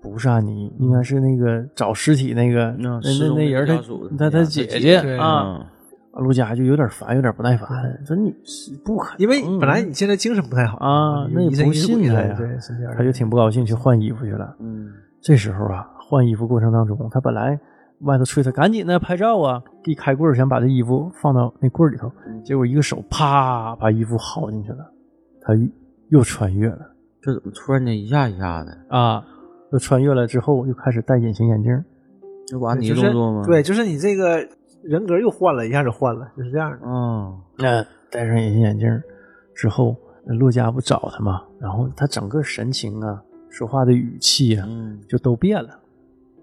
S1: 不是安妮，应该是那个找尸体那个那
S3: 那失
S1: 那
S3: 踪
S1: 那
S3: 的
S1: 人
S3: 家
S1: 他
S3: 属
S1: 他他
S3: 呀他
S1: 姐
S3: 姐嗯
S1: 姐
S2: 对
S1: 啊，陆佳就有点烦，有点不耐烦，说你是不可能，
S2: 因为本来你现在精神不太好
S1: 嗯啊，
S2: 你
S1: 那
S2: 疑
S1: 也
S2: 神
S1: 不
S2: 疑
S1: 信
S2: 鬼
S1: 他
S2: 的
S1: 呀
S2: 对，身边，
S1: 他就挺不高兴，去换衣服去了。
S3: 嗯
S1: 这时候啊，换衣服过程当中，他本来外头催他赶紧的拍照啊，一开柜儿想把这衣服放到那柜儿里头，结果一个手啪把衣服薅进去了，他又穿越了
S3: 这怎么突然间一下一下的？
S1: 啊，又穿越了之后又开始戴隐形眼镜，
S3: 这不安妮
S2: 就
S3: 动
S2: 是
S3: 作吗？
S2: 对，，就是你这个人格又换了，一下就换了，就是这样的。
S3: 啊，
S1: 那嗯戴上隐形眼镜之后，呃陆家不找他嘛，然后他整个神情啊，说话的语气啊，
S3: 嗯
S1: 就都变了，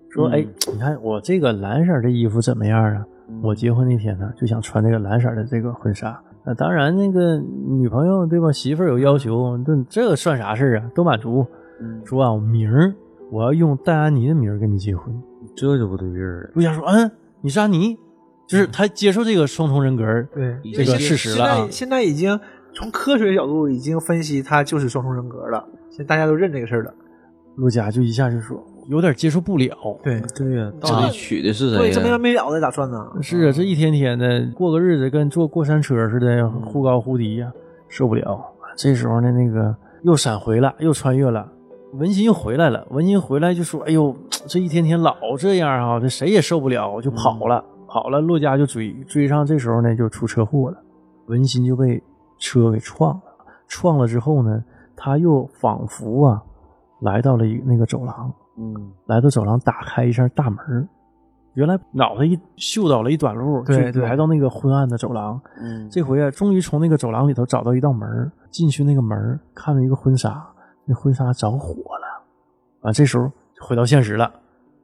S1: 说：“
S3: 嗯
S1: 哎，你看我这个蓝色儿的衣服怎么样啊？我结婚那天呢，就想穿这个蓝色的这个婚纱。那当然，那个女朋友对吧，媳妇儿有要求，这这个算啥事儿啊？都满足。说啊，我明儿我要用戴安妮的名儿跟你结婚。
S3: 这就不对劲儿了。
S1: 陆翔说，嗯，你是安妮，就是他接受这个双重人格儿
S2: 对，
S1: 这个
S2: 现
S1: 事实了啊
S2: 现在。现在已经从科学角度已经分析，他就是双重人格了。现在大家都认这个事儿了。
S1: 陆佳就一下就说，有点接受不了。
S2: 对，
S3: 对呀，
S2: 这
S3: 到底娶的是
S2: 哦对，
S3: 谁
S2: 这没
S3: 呀
S2: 完？没了的咋算呢？
S1: 是啊，这一天天的过个日子，跟坐过山车似的，忽高忽低呀、受不了。这时候呢，那个又闪回了，又穿越了，文心又回来了。文心回来就说：“哎呦，这一天天老这样啊，这谁也受不了，就跑了，跑了。”陆家就追，追上，这时候呢就出车祸了，文心就被车给撞了。撞了之后呢，他又仿佛啊来到了一那个走廊，
S3: 嗯，
S1: 来到走廊，打开一扇大门儿，原来脑袋一嗅到了一短路，
S2: 对
S1: 就
S2: 对
S1: 来到那个昏暗的走廊。
S3: 嗯，
S1: 这回啊，终于从那个走廊里头找到一道门儿，进去那个门儿看到一个婚纱，那婚纱着火了。啊，这时候回到现实了，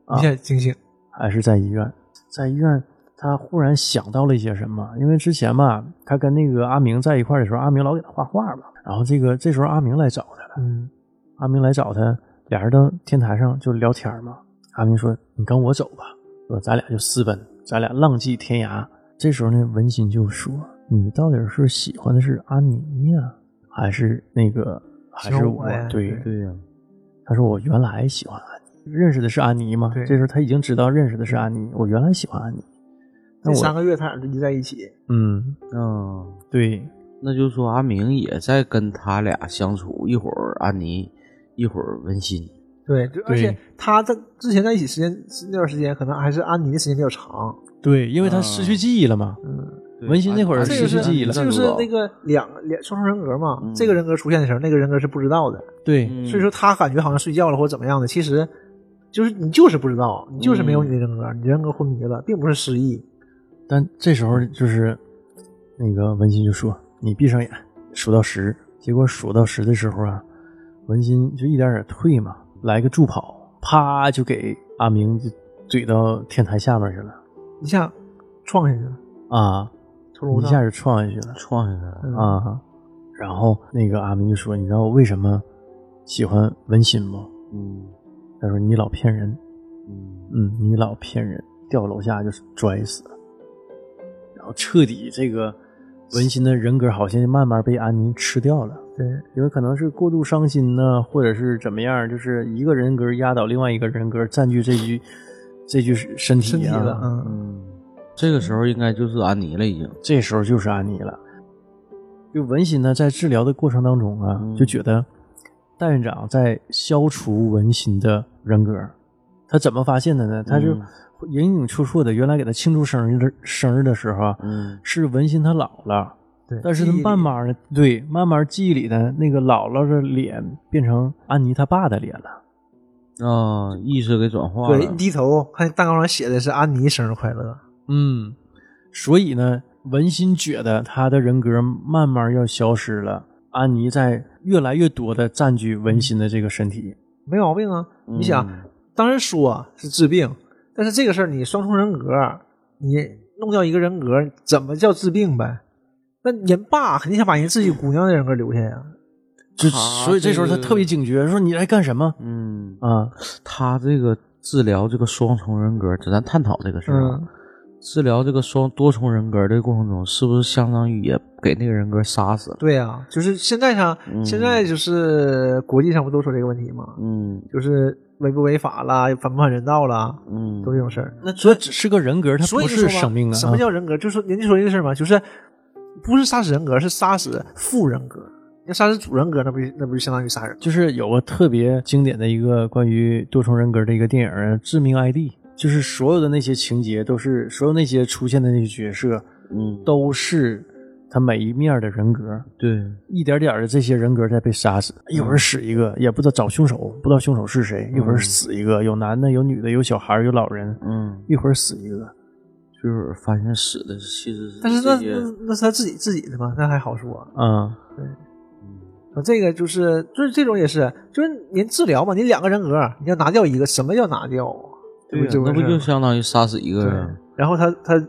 S1: 啊
S2: 一下惊醒，
S1: 还是在医院，在医院。他忽然想到了一些什么，因为之前吧，他跟那个阿明在一块儿的时候，阿明老给他画画嘛。然后这个这时候阿明来找他了，
S2: 嗯，
S1: 阿明来找他，俩人到天台上就聊天嘛。阿明说：“你跟我走吧，说咱俩就私奔，咱俩浪迹天涯。”这时候呢，文心就说：“你到底是喜欢的是安妮呀、还是那个还
S2: 喜
S1: 是
S2: 欢
S1: 我
S2: 我呀？”
S1: 对，
S3: 对呀，
S1: 他说：“我原来喜欢安妮，认识的是安妮嘛。”
S2: 对
S1: 这时候他已经知道认识的是安妮，我原来喜欢安妮。那
S2: 这三
S1: 我
S2: 个月他俩就一直在一起，
S1: 嗯，
S3: 嗯，
S1: 对，
S3: 那就说阿明也在跟他俩相处，一会儿安妮，一会儿文心。
S2: 对，就而且他在之前在一起时间那段时间，可能还是安妮的时间比较长，
S1: 对，因为他失去记忆了嘛。
S2: 嗯，
S3: 对
S1: 文心那会儿
S3: 安
S2: 这就
S1: 失去
S2: 是
S1: 记忆了
S2: 这就是那个两两双重人格嘛，
S3: 嗯
S2: 这个人格出现的时候，那个人格是不知道的，
S1: 对，
S3: 嗯
S2: 所以说他感觉好像睡觉了或者怎么样的，其实就是你就是不知道，你就是没有
S3: 嗯
S2: 你的人格，你人格昏迷了，并不是失忆，
S1: 但这时候就是那个文心就说：“你闭上眼，数到十。”结果数到十的时候啊，文心就一点点退嘛，来个助跑，啪就给阿明就怼到天台下面去了
S2: 一下撞下去了，
S1: 啊，
S2: 从楼
S1: 一
S2: 上
S1: 下就撞下去了
S3: 撞下去了。
S2: 嗯
S1: 啊。然后那个阿明就说：“你知道我为什么喜欢文心吗
S3: 嗯？”
S1: 他说：“你老骗人，
S3: 嗯
S1: 嗯，你老骗人，掉楼下就摔死了。然后彻底这个文心的人格好像慢慢被安妮吃掉了，
S2: 对，
S1: 因为可能是过度伤心呢，或者是怎么样，就是一个人格压倒另外一个人格，占据这具这具身体、啊、
S2: 身体了，嗯，
S3: 嗯，这个时候应该就是安妮了，已经。
S1: 这时候就是安妮了。就文心呢，在治疗的过程当中啊，
S3: 嗯
S1: 就觉得大院长在消除文心的人格。他怎么发现的呢？他就
S3: 嗯
S1: 隐隐绰绰的，原来给他庆祝生日的生日的时候啊，
S3: 嗯
S1: 是文心他姥姥，
S2: 对，
S1: 但是他
S2: 记忆里
S1: 慢慢的，对，慢慢记忆里的那个姥姥的脸变成安妮他爸的脸了。
S3: 啊，意识给转化
S2: 对，一
S3: 了。
S2: 低头看蛋糕上写的是安妮生日快乐，
S1: 嗯，所以呢，文心觉得他的人格慢慢要消失了，安妮在越来越多的占据文心的这个身体。
S2: 没毛病啊。
S3: 嗯
S2: 你想，当然说是治病，但是这个事儿你双重人格，你弄掉一个人格，怎么叫治病呗？那人爸肯定想把人自己姑娘的人格留下呀。
S1: 这
S3: 他
S1: 所以这时候他
S3: 这个
S1: 特别警觉，说你来干什么
S3: 嗯，
S1: 啊？
S3: 他这个治疗这个双重人格，咱探讨这个事儿啊。
S2: 嗯
S3: 治疗这个双多重人格的过程中，是不是相当于也给那个人格杀死了？
S2: 对呀、就是现在上，
S3: 嗯
S2: 现在就是国际上不都说这个问题吗？
S3: 嗯
S2: 就是违不违法啦，反不反人道啦，
S3: 嗯
S2: 都这种事儿。
S1: 那所以只是个人格，它
S2: 所以
S1: 不
S2: 就说
S1: 是
S2: 嘛
S1: 生命啊。
S2: 什么叫人格？就是人家说这个事儿嘛，就是不是杀死人格，是杀死副人格。要杀死主人格，那不就那不就相当于杀人？
S1: 就是有个特别经典的一个关于多重人格的一个电影《致命 ID》，就是所有的那些情节都是所有那些出现的那些角色
S3: 嗯，
S1: 都是他每一面的人格，
S3: 对，
S1: 一点点的这些人格在被杀死，一会儿死一个，也不知道找凶手，不知道凶手是谁，一会儿死一个，有男的，有女的，有小孩，有老人，
S3: 嗯，
S1: 一会儿死一个。
S3: 就是发现死的其实
S2: 但是那
S3: 这些
S2: 那那是他自己自己的嘛，那还好说。
S1: 嗯，
S2: 啊这个就是就是这种也是，就是您治疗嘛，您两个人格，你要拿掉一个，什么叫拿掉啊？
S3: 对呀
S2: 这不
S3: 那
S2: 这回事儿
S3: 不就
S2: 吗
S3: 相当于杀死一个人？
S2: 然后他他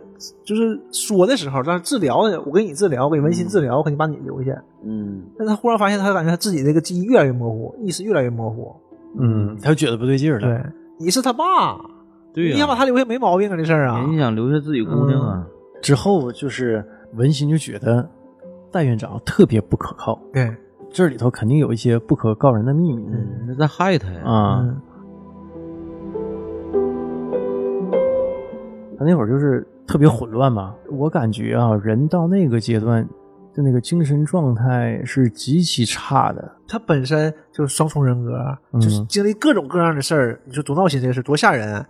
S2: 就是说的时候，但是治疗的，我给你治疗，我给文心治疗，我肯定把你留下。
S3: 嗯，
S2: 但他忽然发现，他感觉他自己这个记忆越来越模糊，意识越来越模糊。
S1: 嗯，他就觉得不对劲儿了。
S2: 对，你是他爸，
S3: 对
S2: 你想把他留下没毛病啊，这事儿啊。
S3: 人家想留下自己姑娘啊，
S1: 之后就是文心就觉得戴院长特别不可靠，
S2: 对，
S1: 这里头肯定有一些不可告人的秘密
S3: 嗯，那在害他呀。
S1: 啊。
S2: 嗯
S1: 他那会儿就是特别混乱嘛。我感觉啊，人到那个阶段的那个精神状态是极其差的。
S2: 他本身就是双重人格，
S1: 嗯
S2: 就是经历各种各样的事儿。你说多闹心这个事儿多吓人！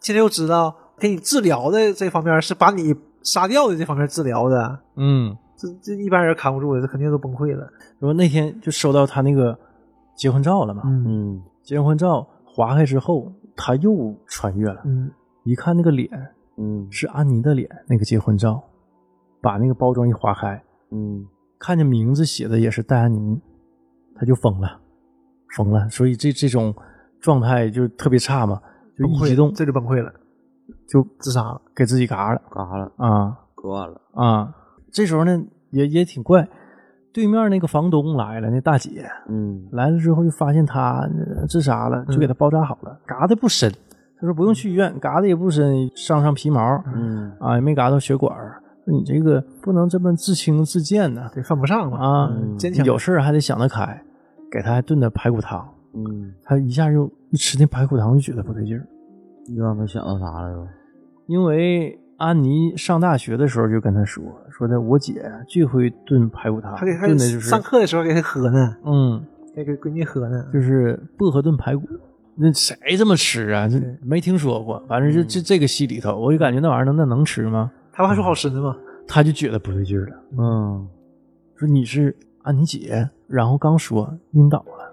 S2: 现在又知道给你治疗的这方面是把你杀掉的这方面治疗的，
S1: 嗯，
S2: 这这一般人扛不住的，这肯定都崩溃了。
S1: 然后那天就收到他那个结婚照了嘛。
S2: 嗯
S3: 嗯，
S1: 结婚照划开之后，他又穿越了，
S2: 嗯
S1: 一看那个脸
S3: 嗯
S1: 是安妮的脸，那个结婚照，把那个包装一划开，
S3: 嗯
S1: 看见名字写的也是戴安妮，他就疯了，疯了。所以这这种状态就特别差嘛，就
S2: 崩
S1: 一
S2: 溃
S1: 激
S2: 了
S1: 动
S2: 这就崩溃了，
S1: 就
S2: 自杀了。
S1: 给自己嘎了
S3: 干啥了？
S1: 啊。
S3: 割腕了。
S1: 啊，这时候呢也也挺怪，对面那个房东来了，那大姐
S3: 嗯
S1: 来了之后就发现他呃自杀了，就给他包扎好了，嘎的不深，他说不用去医院，嘎的也不深，上上皮毛
S3: 嗯
S1: 啊，也没嘎到血管儿。你这个不能这么自轻自贱呐
S2: 对，犯不上嘛，
S1: 啊！
S3: 嗯
S2: 坚强
S1: 有事儿还得想得开，给他还炖的排骨汤，
S3: 嗯，
S1: 他一下又一吃那排骨汤就觉得不对劲儿，
S3: 又让他想到啥了又？
S1: 因为安妮上大学的时候就跟他说，说的我姐最会炖排骨汤，
S2: 还给还
S1: 炖的就是
S2: 上课的时候给他喝呢，
S1: 嗯，
S2: 给给闺女喝呢。
S1: 就是薄荷炖排骨，那谁这么吃啊？这
S2: 对
S1: 没听说过。反正就
S3: 嗯
S1: 这这个戏里头，我就感觉那玩意儿能那能吃吗？
S2: 他不还说好吃呢吗？
S1: 他就觉得不对劲儿了，
S3: 嗯
S1: 说你是安妮姐，然后刚说晕倒了，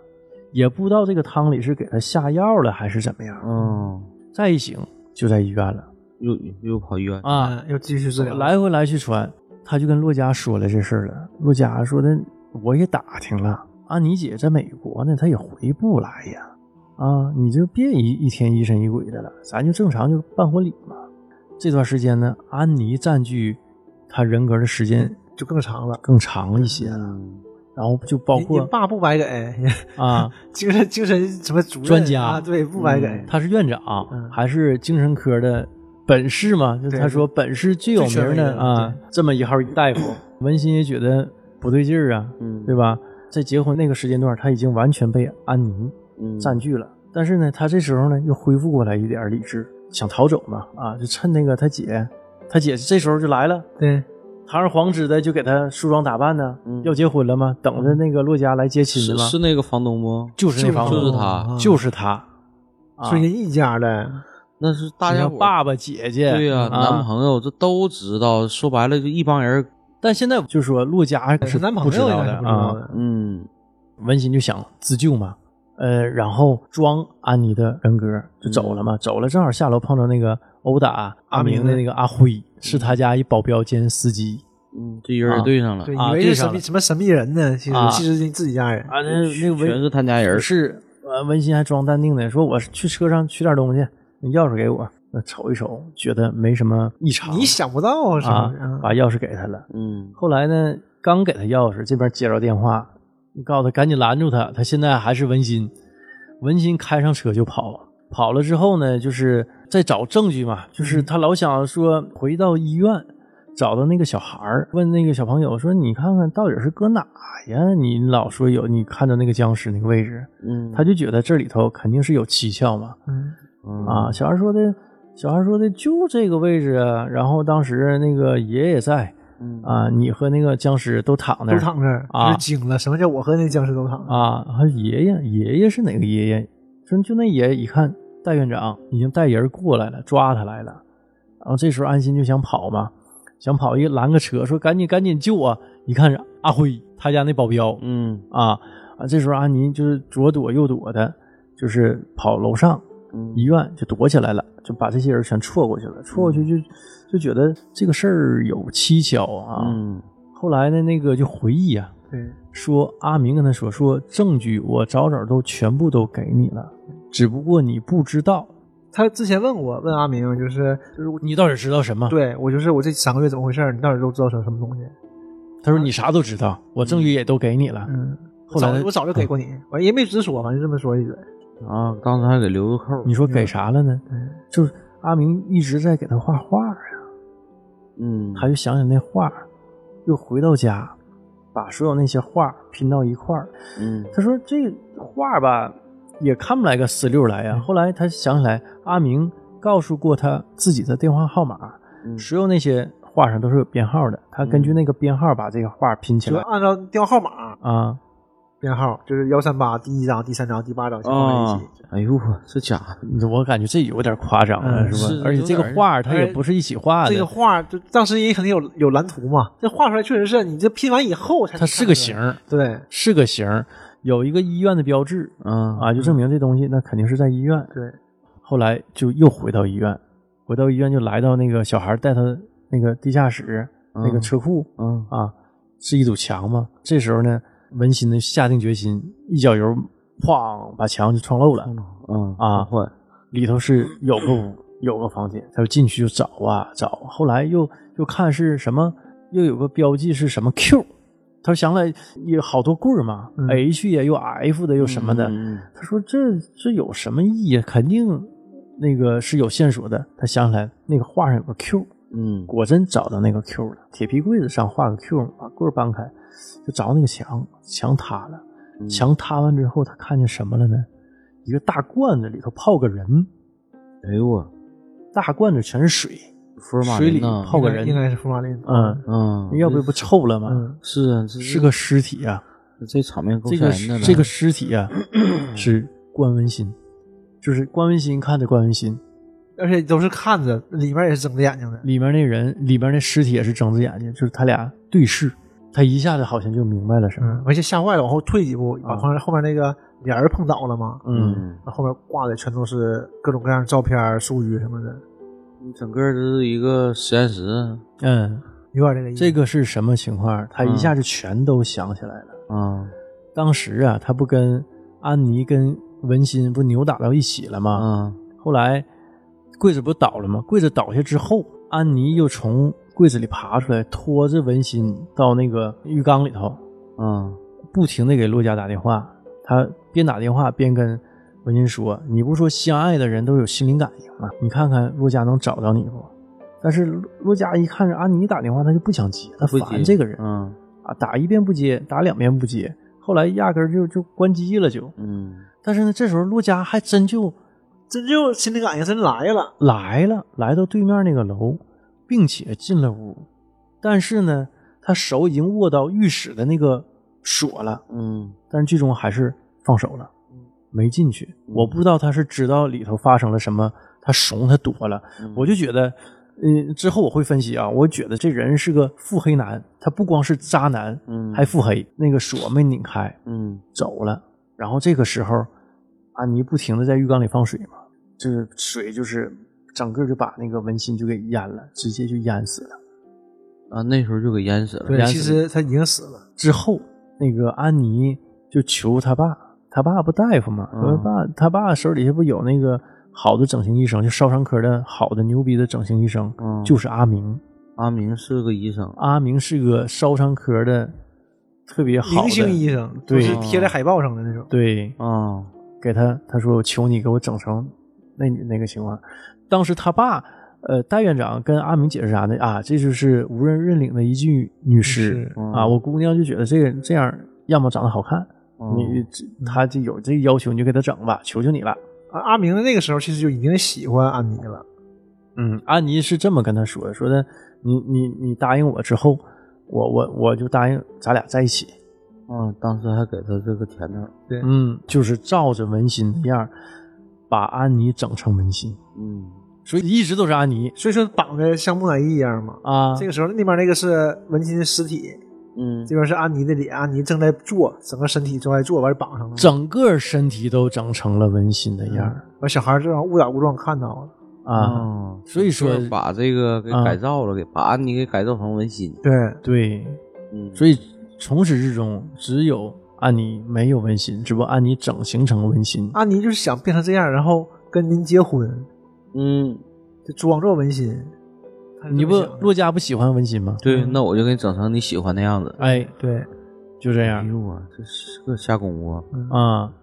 S1: 也不知道这个汤里是给他下药了还是怎么样。
S3: 嗯，
S1: 再一醒就在医院了
S3: 又又跑医院。
S1: 啊，
S2: 嗯，要继续治疗。，
S1: 来回来去传，他就跟洛佳说了这事儿了。洛佳说的我也打听了，安妮姐在美国呢，她也回不来呀。啊，你就别一一天疑神疑鬼的了，咱就正常就办婚礼嘛。这段时间呢，安妮占据他人格的时间
S2: 就更长了。
S1: 更长了一些了，
S3: 嗯
S1: 然后就包
S2: 你你
S1: 括
S2: 爸不白给，
S1: 啊，
S2: 精神精神什么主任
S1: 专家
S2: 啊？对，不白给。
S3: 嗯
S1: 他是院长
S2: 嗯
S1: 还是精神科的本市嘛？就
S2: 对
S1: 他说本市最有
S2: 最权
S1: 名
S2: 威
S1: 的
S2: 的
S1: 啊，这么一号大夫，文心也觉得不对劲儿啊，
S3: 嗯，
S1: 对吧？在结婚那个时间段，他已经完全被安妮
S3: 嗯？
S1: 占据了。但是呢，他这时候呢又恢复过来一点理智，想逃走嘛，啊，就趁那个他姐，他姐这时候就来了，
S2: 对，
S1: 堂而皇之的就给他梳妆打扮呢，
S3: 嗯
S1: 要结婚了嘛，等着那个洛家来接亲
S3: 是
S1: 呢嘛，
S3: 是那个房东不？
S1: 就是那房
S3: 就
S1: 子，
S3: 是他
S2: 啊
S1: 就是他，啊
S2: 所以人一家的，
S3: 那是大家
S1: 像
S3: 伙儿
S1: 爸爸姐姐，
S3: 对呀、
S1: 啊
S3: 男朋友这都知道。说白了，就一帮人。
S1: 但现在就说陆家
S2: 是
S1: 是
S2: 男朋
S1: 不知
S2: 友
S1: 道
S2: 应该
S1: 的
S2: 是不知道
S1: 啊，
S2: 的。
S3: 嗯
S1: 文心就想自救嘛，呃，然后装安妮的人格就走了嘛，走了正好下楼碰到那个殴打嗯阿明的那个阿辉，是他家一保镖兼司机
S3: 嗯，这人儿对上了
S2: 对，，
S1: 啊
S2: 以为
S1: 对
S2: 是
S1: 上
S2: 神秘
S1: 了
S2: 什么神秘人呢？其实
S1: 啊
S2: 其实是自己家人。
S1: 啊，那那
S3: 全
S1: 文
S3: 是他家人儿。
S1: 是呃，文心还装淡定的说，我去车上取点东西，你钥匙给我，那瞅一瞅，觉得没什么异常，
S2: 你想不到啊，是
S1: 啊
S2: 不是？啊，
S1: 把钥匙给他了。
S3: 嗯
S1: 后来呢，刚给他钥匙，这边接着电话，你告诉他赶紧拦住他，他现在还是文心。文心开上车就跑，跑了之后呢，就是在找证据嘛，就是他老想说回到医院。找到那个小孩儿，问那个小朋友说：“你看看到底是搁哪呀？你老说有，你看到那个僵尸那个位置，
S3: 嗯，
S1: 他就觉得这里头肯定是有蹊跷嘛。
S2: 嗯
S3: 嗯
S1: 啊，小孩说的，小孩说的就这个位置啊。然后当时那个爷爷也在，
S3: 嗯
S1: 啊，你和那个僵尸都躺那
S2: 都
S1: 儿，
S2: 躺这儿，
S1: 啊
S2: 就惊了。什么叫我和那僵尸都躺着？
S1: 啊，还有爷爷，爷爷是哪个爷爷？说就那爷爷，一看戴院长已经带人过来了，抓他来了。然后这时候安心就想跑嘛，想跑一拦个车，说赶紧赶紧救我！一看是阿辉他家那保镖
S3: 嗯
S1: 啊啊，这时候安妮就是左躲右躲的，就是跑楼上
S3: 嗯
S1: 医院就躲起来了，就把这些人全错过去了，错过去就就觉得这个事儿有蹊跷啊。
S3: 嗯
S1: 后来呢，那个就回忆啊，
S2: 对，
S1: 说阿明跟他说说证据我早早都全部都给你了，只不过你不知道
S2: 他之前问我，问阿明，就是就是我
S1: 你到底知道什么？
S2: 对我就是我这三个月怎么回事儿？你到底都知道什什么东西？
S1: 他说你啥都知道，我证据也都给你了。
S2: 嗯，
S1: 后来
S2: 早我早就给过你，嗯我也没直说，反正这么说一嘴。
S3: 啊，当时还给留个扣儿。
S1: 你说给啥了呢？嗯就是阿明一直在给他画画啊，
S3: 嗯，
S1: 他就想想那画，又回到家，把所有那些画拼到一块儿。
S3: 嗯
S1: 他说这画吧也看不来个四六来呀、后来他想起来，阿明告诉过他自己的电话号码，
S3: 嗯
S1: 所有那些画上都是有编号的，他根据那个编号把这个画拼起
S2: 就
S1: 来
S2: 按照电话号码
S1: 啊。
S2: 编号，就是幺三八第一章、第三章、第八章全放在一
S3: 啊
S2: 起。，
S3: 哎呦我这家伙，
S1: 我感觉这有点夸张了，
S2: 嗯
S1: 是吧？
S3: 是
S1: 而且这个
S3: 有点
S1: 画他也不是一起画的，
S2: 这个画就当时也肯定有有蓝图嘛，这画出来确实是你这拼完以后才能
S1: 它是个
S2: 看出
S1: 形
S2: 来。
S1: 儿，
S2: 对，
S1: 是个形儿，有一个医院的标志
S3: 嗯
S1: 啊，就证明这东西那肯定是在医院。
S2: 对，
S1: 后来就又回到医院，回到医院就来到那个小孩带他那个地下室、
S3: 嗯
S1: 那个车库
S3: 嗯
S1: 啊，是一堵墙嘛。这时候呢，文心呢下定决心，一脚油，哐把墙就撞漏了。
S3: 嗯
S1: 啊
S3: 换
S1: 里头是有个屋，有个房间，他就进去就找啊找，后来又又看是什么，又有个标记是什么 Q，他想来有好多棍儿嘛、
S2: 嗯
S1: h 呀又 F 的又什么的，
S3: 嗯嗯
S1: 他说这这有什么意义啊？肯定那个是有线索的。他想起来那个画上有个 Q，
S3: 嗯
S1: 果真找到那个 Q 了，铁皮柜子上画个 Q，把棍儿搬开，就找那个墙，墙塌了。
S3: 嗯
S1: 墙塌完之后，他看见什么了呢？一个大罐子里头泡个人，
S3: 哎呦我，
S1: 大罐子全是水，
S3: 福尔马
S1: 水
S3: 林
S1: 里
S3: 呐
S1: 泡个人
S2: 应该应该是福马林。
S1: 嗯，
S3: 嗯，
S1: 要不不臭了吗？
S2: 嗯，
S3: 是啊，这
S1: 是个尸体啊，
S3: 这场嗯面够
S1: 这
S3: 吓
S1: 个
S3: 人的呢。
S1: 这个尸体 啊是关文新，就是关文新看着关文新，
S2: 而且都是看着，里面也是睁着眼睛的。
S1: 里面那人里面那尸体也是睁着眼睛，就是他俩对视，他一下子好像就明白了什么，
S2: 嗯，而且吓坏了，往后退几步，把
S1: 啊
S2: 旁边后面那个帘儿碰倒了嘛。
S3: 嗯，
S2: 然后后面挂的全都是各种各样的照片、术语什么的，
S3: 你嗯整个这是一个实验室啊
S1: 嗯，
S2: 有点这个意思。
S1: 这个是什么情况？他一下就全都想起来了。
S3: 啊
S1: 当时啊，他不跟安妮跟文心不扭打到一起了吗？
S3: 啊
S1: 后来柜子不倒了吗？柜子倒下之后，安妮又从柜子里爬出来，拖着文心到那个浴缸里头，
S3: 啊！
S1: 不停的给洛佳打电话。她边打电话边跟文心说：“你不说相爱的人都有心灵感应吗？你看看洛佳能找到你不？”但是洛洛佳一看是安妮打电话，她就不想接，她
S3: 不
S1: 烦
S3: 接
S1: 这个人
S3: 嗯
S1: 啊，打一遍不接，打两遍不接，后来压根儿就就关机了就。
S3: 嗯
S1: 但是呢，这时候洛佳还真就
S2: 真就心灵感应真来了，
S1: 来了，来到对面那个楼，并且进了屋，但是呢，他手已经握到浴室的那个锁了，
S3: 嗯
S1: 但是最终还是放手了，没进去。
S3: 嗯
S1: 我不知道他是知道里头发生了什么，他怂他躲了。
S3: 嗯
S1: 我就觉得，嗯，之后我会分析啊，我觉得这人是个腹黑男，他不光是渣男，
S3: 嗯
S1: 还腹黑。那个锁没拧开，
S3: 嗯
S1: 走了。然后这个时候，安妮不停的在浴缸里放水嘛，这个水就是整个就把那个文心就给淹了，直接就淹死了。
S3: 啊，那时候就给淹死了。
S2: 对，
S3: 淹
S2: 其
S3: 死
S2: 实他已经死了，
S1: 之后，那个安妮就求他爸，他爸不大夫嘛，
S3: 嗯
S1: 说爸，他爸手底下不有那个好的整形医生，就烧伤科的好的牛逼的整形医生，
S3: 嗯
S1: 就是阿明。
S3: 阿明是个医生，
S1: 阿明是个烧伤科的特别好
S2: 明星
S1: 的，
S2: 医生，
S1: 对
S2: 就是贴在海报上的那种。
S1: 对，
S3: 啊，
S1: 给他，他说我求你给我整成那那个情况。当时他爸，呃，戴院长跟阿明解释啥呢？啊，这就是无人认领的一具女尸
S2: 是
S3: 嗯
S1: 啊！我姑娘就觉得这个这样，要么长得好看，
S3: 嗯
S1: 你这她就有这个要求，你就给她整吧，求求你了。
S2: 啊阿明那个时候其实就已经喜欢安妮了，
S1: 嗯，安妮是这么跟他说的，说的你你你答应我之后，我我我就答应咱俩在一起。
S3: 啊，当时还给他这个甜头，
S1: 嗯，就是照着文心的样儿，把安妮整成文心，
S3: 嗯
S1: 所以一直都是安妮
S2: 所以说绑的像木乃伊一样嘛。
S1: 啊。
S2: 这个时候那边那个是文心的尸体，
S3: 嗯
S2: 这边是安妮的脸，安妮正在坐，整个身体正在坐，完绑上了。
S1: 整个身体都整成了文心的样儿、
S2: 完小孩正好误打误撞看到了，
S1: 啊。
S3: 啊，
S1: 所以说
S3: 就是把这个给
S1: 啊
S3: 改造了，给把安妮给改造成文心。
S2: 对，
S1: 对，
S3: 嗯，
S1: 所以从始至终只有安妮没有文心，只不过安妮整形成文心。
S2: 安妮就是想变成这样，然后跟您结婚，
S3: 嗯，
S2: 就装作文心。他是这么
S1: 你不
S2: 想的
S1: 洛家不喜欢文心吗？
S3: 对，那我就给你整成你喜欢的样子。
S1: 哎，
S2: 对，
S1: 就这
S3: 哎
S1: 样
S3: 呦啊，这是个下功夫啊！
S1: 啊、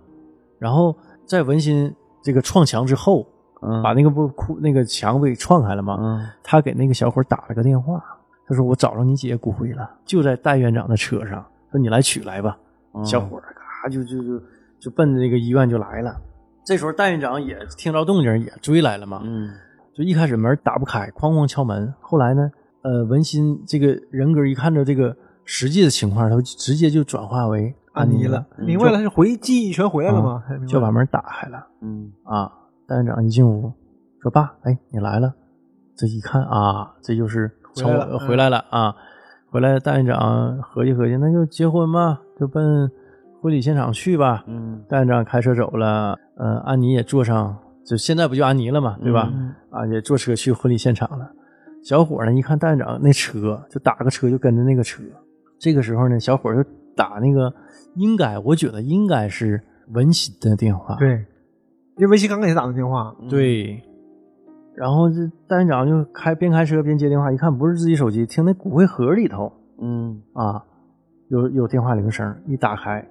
S1: 然后在文心这个撞墙之后，
S3: 嗯，
S1: 把那个不哭那个墙不给撞开了吗？
S3: 嗯
S1: 他给那个小伙打了个电话，他说我找着你姐骨灰了，就在戴院长的车上，说你来取来吧。
S3: 嗯
S1: 小伙儿咔就就就就奔着这个医院就来了。这时候戴院长也听着动静也追来了嘛，
S3: 嗯
S1: 就一开始门打不开，哐哐敲门。后来呢，呃，文心这个人格一看着这个实际的情况，他就直接就转化为
S2: 安
S1: 安
S2: 妮
S1: 妮
S2: 了
S1: 了，，
S3: 嗯
S2: 明白了，他就回记忆全回来了吗？哎明白
S1: 就把
S2: 了
S1: 门打开了。
S3: 嗯
S1: 啊，戴院长一进屋说：“爸，哎，你来了。”这一看啊，这就是从
S2: 回来了嗯
S1: 回来了啊，回来戴院长合计合计，那就结婚吧，就奔婚礼现场去吧。
S3: 嗯
S1: 戴院长开车走了，呃，安妮也坐上，就现在不就安妮了嘛，对吧？
S3: 嗯
S1: 啊，也坐车去婚礼现场了。小伙呢，一看戴院长那车，就打个车就跟着那个车。这个时候呢，小伙就打那个，应该我觉得应该是文心的电话。
S2: 对，啊因为维西刚给他打的电话，
S1: 嗯对，然后这戴院长就开边开车边接电话，一看不是自己手机，听那骨灰盒里头
S3: 嗯
S1: 啊有有电话铃声，一打开，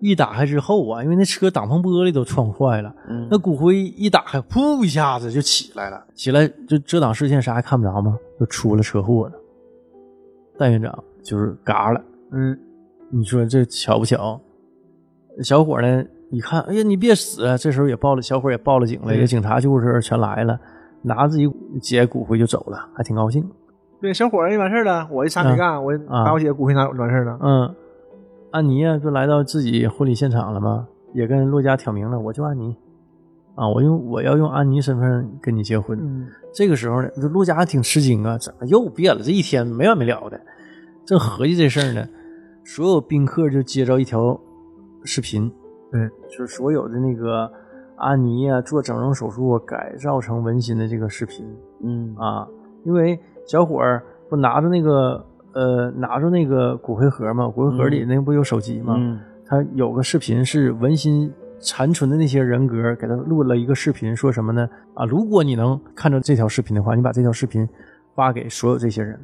S1: 一打开之后啊，因为那车挡风玻璃都撞坏了，
S3: 嗯，
S1: 那骨灰一打开，噗一下子就起来了，起来就遮挡视线，啥也看不着嘛，就出了车祸了。戴院长就是嘎了，
S2: 嗯，
S1: 你说这巧不巧？小伙呢一看，哎呀，你别死啊！这时候也报了，小伙也报了警了，
S2: 对
S1: 也警察、救护车全来了，拿自己姐骨灰就走了，还挺高兴。
S2: 对，小伙儿也完事儿了，我啥也没干，我把我姐骨灰拿完事儿了，
S1: 嗯，安妮啊呀，不来到自己婚礼现场了吗？也跟洛家挑明了，我就安妮啊，我用我要用安妮身份跟你结婚。
S2: 嗯，
S1: 这个时候呢，这陆家挺吃惊啊，怎么又变了？这一天没完没了的，正合计这事儿呢，所有宾客就接着一条视频，
S2: 嗯，
S1: 就是所有的那个安妮啊做整容手术啊改造成文心的这个视频
S3: 嗯
S1: 啊，因为小伙儿不拿着那个呃拿着那个骨灰盒嘛，骨灰盒里那不有手机嘛，
S3: 嗯
S1: 他有个视频是文心残存的那些人格给他录了一个视频，说什么呢？啊，如果你能看着这条视频的话，你把这条视频发给所有这些人。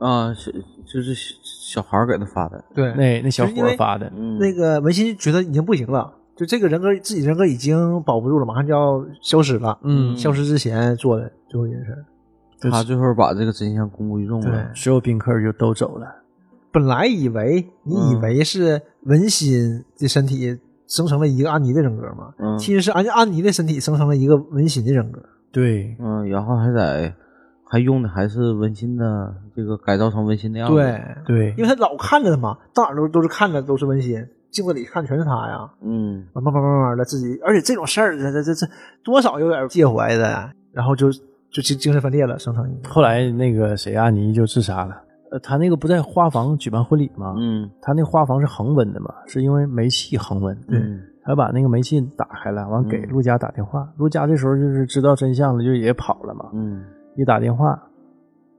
S3: 啊，是就是小孩儿给他发的，
S2: 对，
S1: 那那小
S2: 就是
S1: 伙
S2: 因为
S1: 儿发的，
S3: 嗯
S2: 那个文心觉得已经不行了，就这个人格自己人格已经保不住了，马上就要消失了，
S1: 嗯
S2: 消失之前做的最后一件事儿。
S3: 他最后把这个真相公布于众了，
S1: 嗯所有宾客就都走了。
S2: 本来以为你以为是文心的身体生成了一个安妮的人格嘛，
S3: 嗯
S2: 其实是安安妮的身体生成了一个文心的人格。
S1: 对，
S3: 嗯，然后还在还用的还是温馨的这个改造成温馨的样子，
S2: 对，
S1: 对
S2: 因，为他老看着他嘛，到哪儿都都是看着都是文心，镜子里看全是他呀。
S3: 嗯
S2: 啊慢慢慢慢慢的自己，而且这种事儿，这这这这多少有点介怀的，然后就就精精神分裂了，生成一个。
S1: 后来那个谁安妮就自杀了。呃，他那个不在花房举办婚礼吗？
S3: 嗯
S1: 他那花房是恒温的嘛，是因为煤气恒温。
S3: 嗯
S1: 他把那个煤气打开了，完
S2: 嗯
S1: 给陆家打电话。陆家这时候就是知道真相了，就也跑了嘛。
S3: 嗯
S1: 一打电话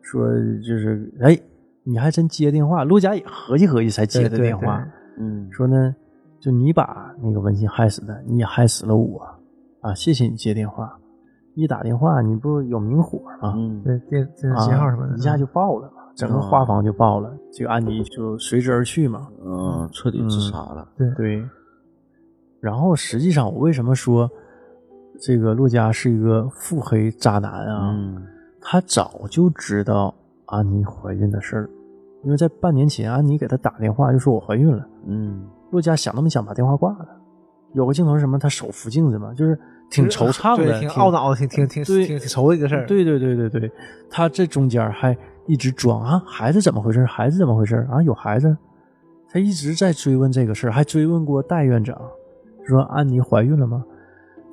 S1: 说就是哎，你还真接电话？陆家也合计合计才接的电话，
S3: 嗯
S1: 说呢，就你把那个文信害死的，你也害死了我啊！谢谢你接电话。一打电话，你不有明火吗？
S3: 嗯
S2: 对，电电
S1: 啊
S2: 视信号什么的，嗯哦
S1: 一下就爆了嘛，整个花房就爆了，这个安妮就随之而去嘛。
S3: 嗯，彻底自杀了，
S1: 对。然后实际上，我为什么说这个陆家是一个腹黑渣男啊？
S3: 嗯
S1: 他早就知道安妮怀孕的事儿，因为在半年前，安妮给他打电话就说我怀孕了。
S3: 嗯
S1: 陆佳想都没想把电话挂了。有个镜头是什么？他手扶镜子嘛，就是挺惆怅
S2: 对
S1: 的，
S2: 挺懊恼的，挺挺挺
S1: 对
S2: 挺挺愁的一个事儿。
S1: 对对对对对，他这中间还一直装啊，孩子怎么回事？孩子怎么回事？啊，有孩子？他一直在追问这个事儿，还追问过戴院长，说安妮怀孕了吗？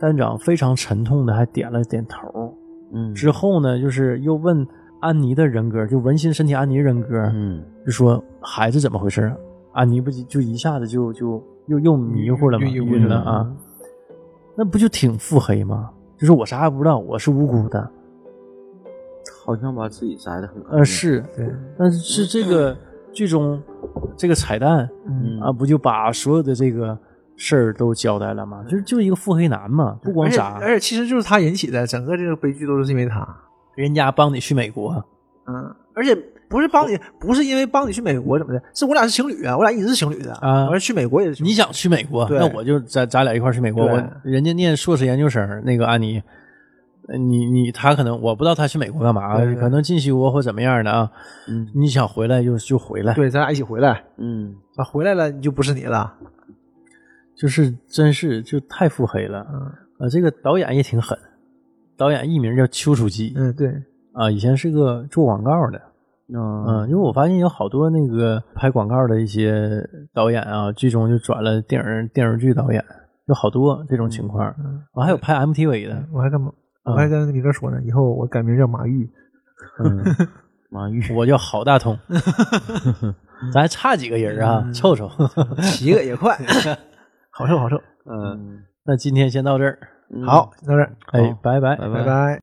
S1: 戴院长非常沉痛的还点了点头。
S3: 嗯，
S1: 之后呢，就是又问安妮的人格，就文心身体安妮人格，
S3: 嗯
S1: 就说孩子怎么回事啊？安妮不就就一下子就就又又迷糊了嘛，
S2: 晕嗯
S1: 晕了啊！那不就挺腹黑吗？就是我啥也不知道，我是无辜的，
S3: 好像把自己摘的很干
S1: 呃，
S2: 嗯
S3: 净，
S1: 是，
S2: 对，
S1: 但是这个剧中这个彩蛋啊
S2: 嗯
S1: 啊，不就把所有的这个事儿都交代了嘛，就是就是一个腹黑男嘛，不光
S2: 而且
S1: 啥，
S2: 而且其实就是他引起的，整个这个悲剧都是因为他。
S1: 人家帮你去美国，
S2: 嗯，而且不是帮你，不是因为帮你去美国怎么的，是我俩是情侣啊，我俩一直是情侣的
S1: 啊
S2: 完了去美国也是情侣
S1: 你想去美国，
S2: 对
S1: 那我就咱咱俩一块儿去美国。
S2: 对
S1: 我人家念硕士研究生，那个安妮，呃你你他可能我不知道他去美国干嘛，
S2: 对对对
S1: 可能进修啊或怎么样的啊。
S3: 嗯
S1: 你想回来就就回来，
S2: 对，咱俩一起回来
S3: 嗯，
S2: 啊，回来了你就不是你了。
S1: 就是真是就太腹黑了。
S2: 嗯
S1: 啊，这个导演也挺狠，导演艺名叫丘处机
S2: 嗯，对，
S1: 啊，以前是个做广告的。
S3: 嗯
S1: 嗯，因为我发现有好多那个拍广告的一些导演啊，最终就转了电影电视剧导演，有好多这种情况。我、
S2: 嗯
S1: 还有拍 MTV 的，
S2: 我还跟我还跟米哥说呢，以后我改名叫马玉。
S1: 嗯，
S3: 马玉
S1: 我叫郝大 通，咱还差几个人
S3: 嗯
S1: 啊，凑凑。
S2: 起个也快， 好受好受。
S1: 那今天先到这儿，
S3: 嗯
S2: 好，到这儿，
S1: 哎
S3: 好，
S1: 拜拜
S3: 拜
S2: 拜拜。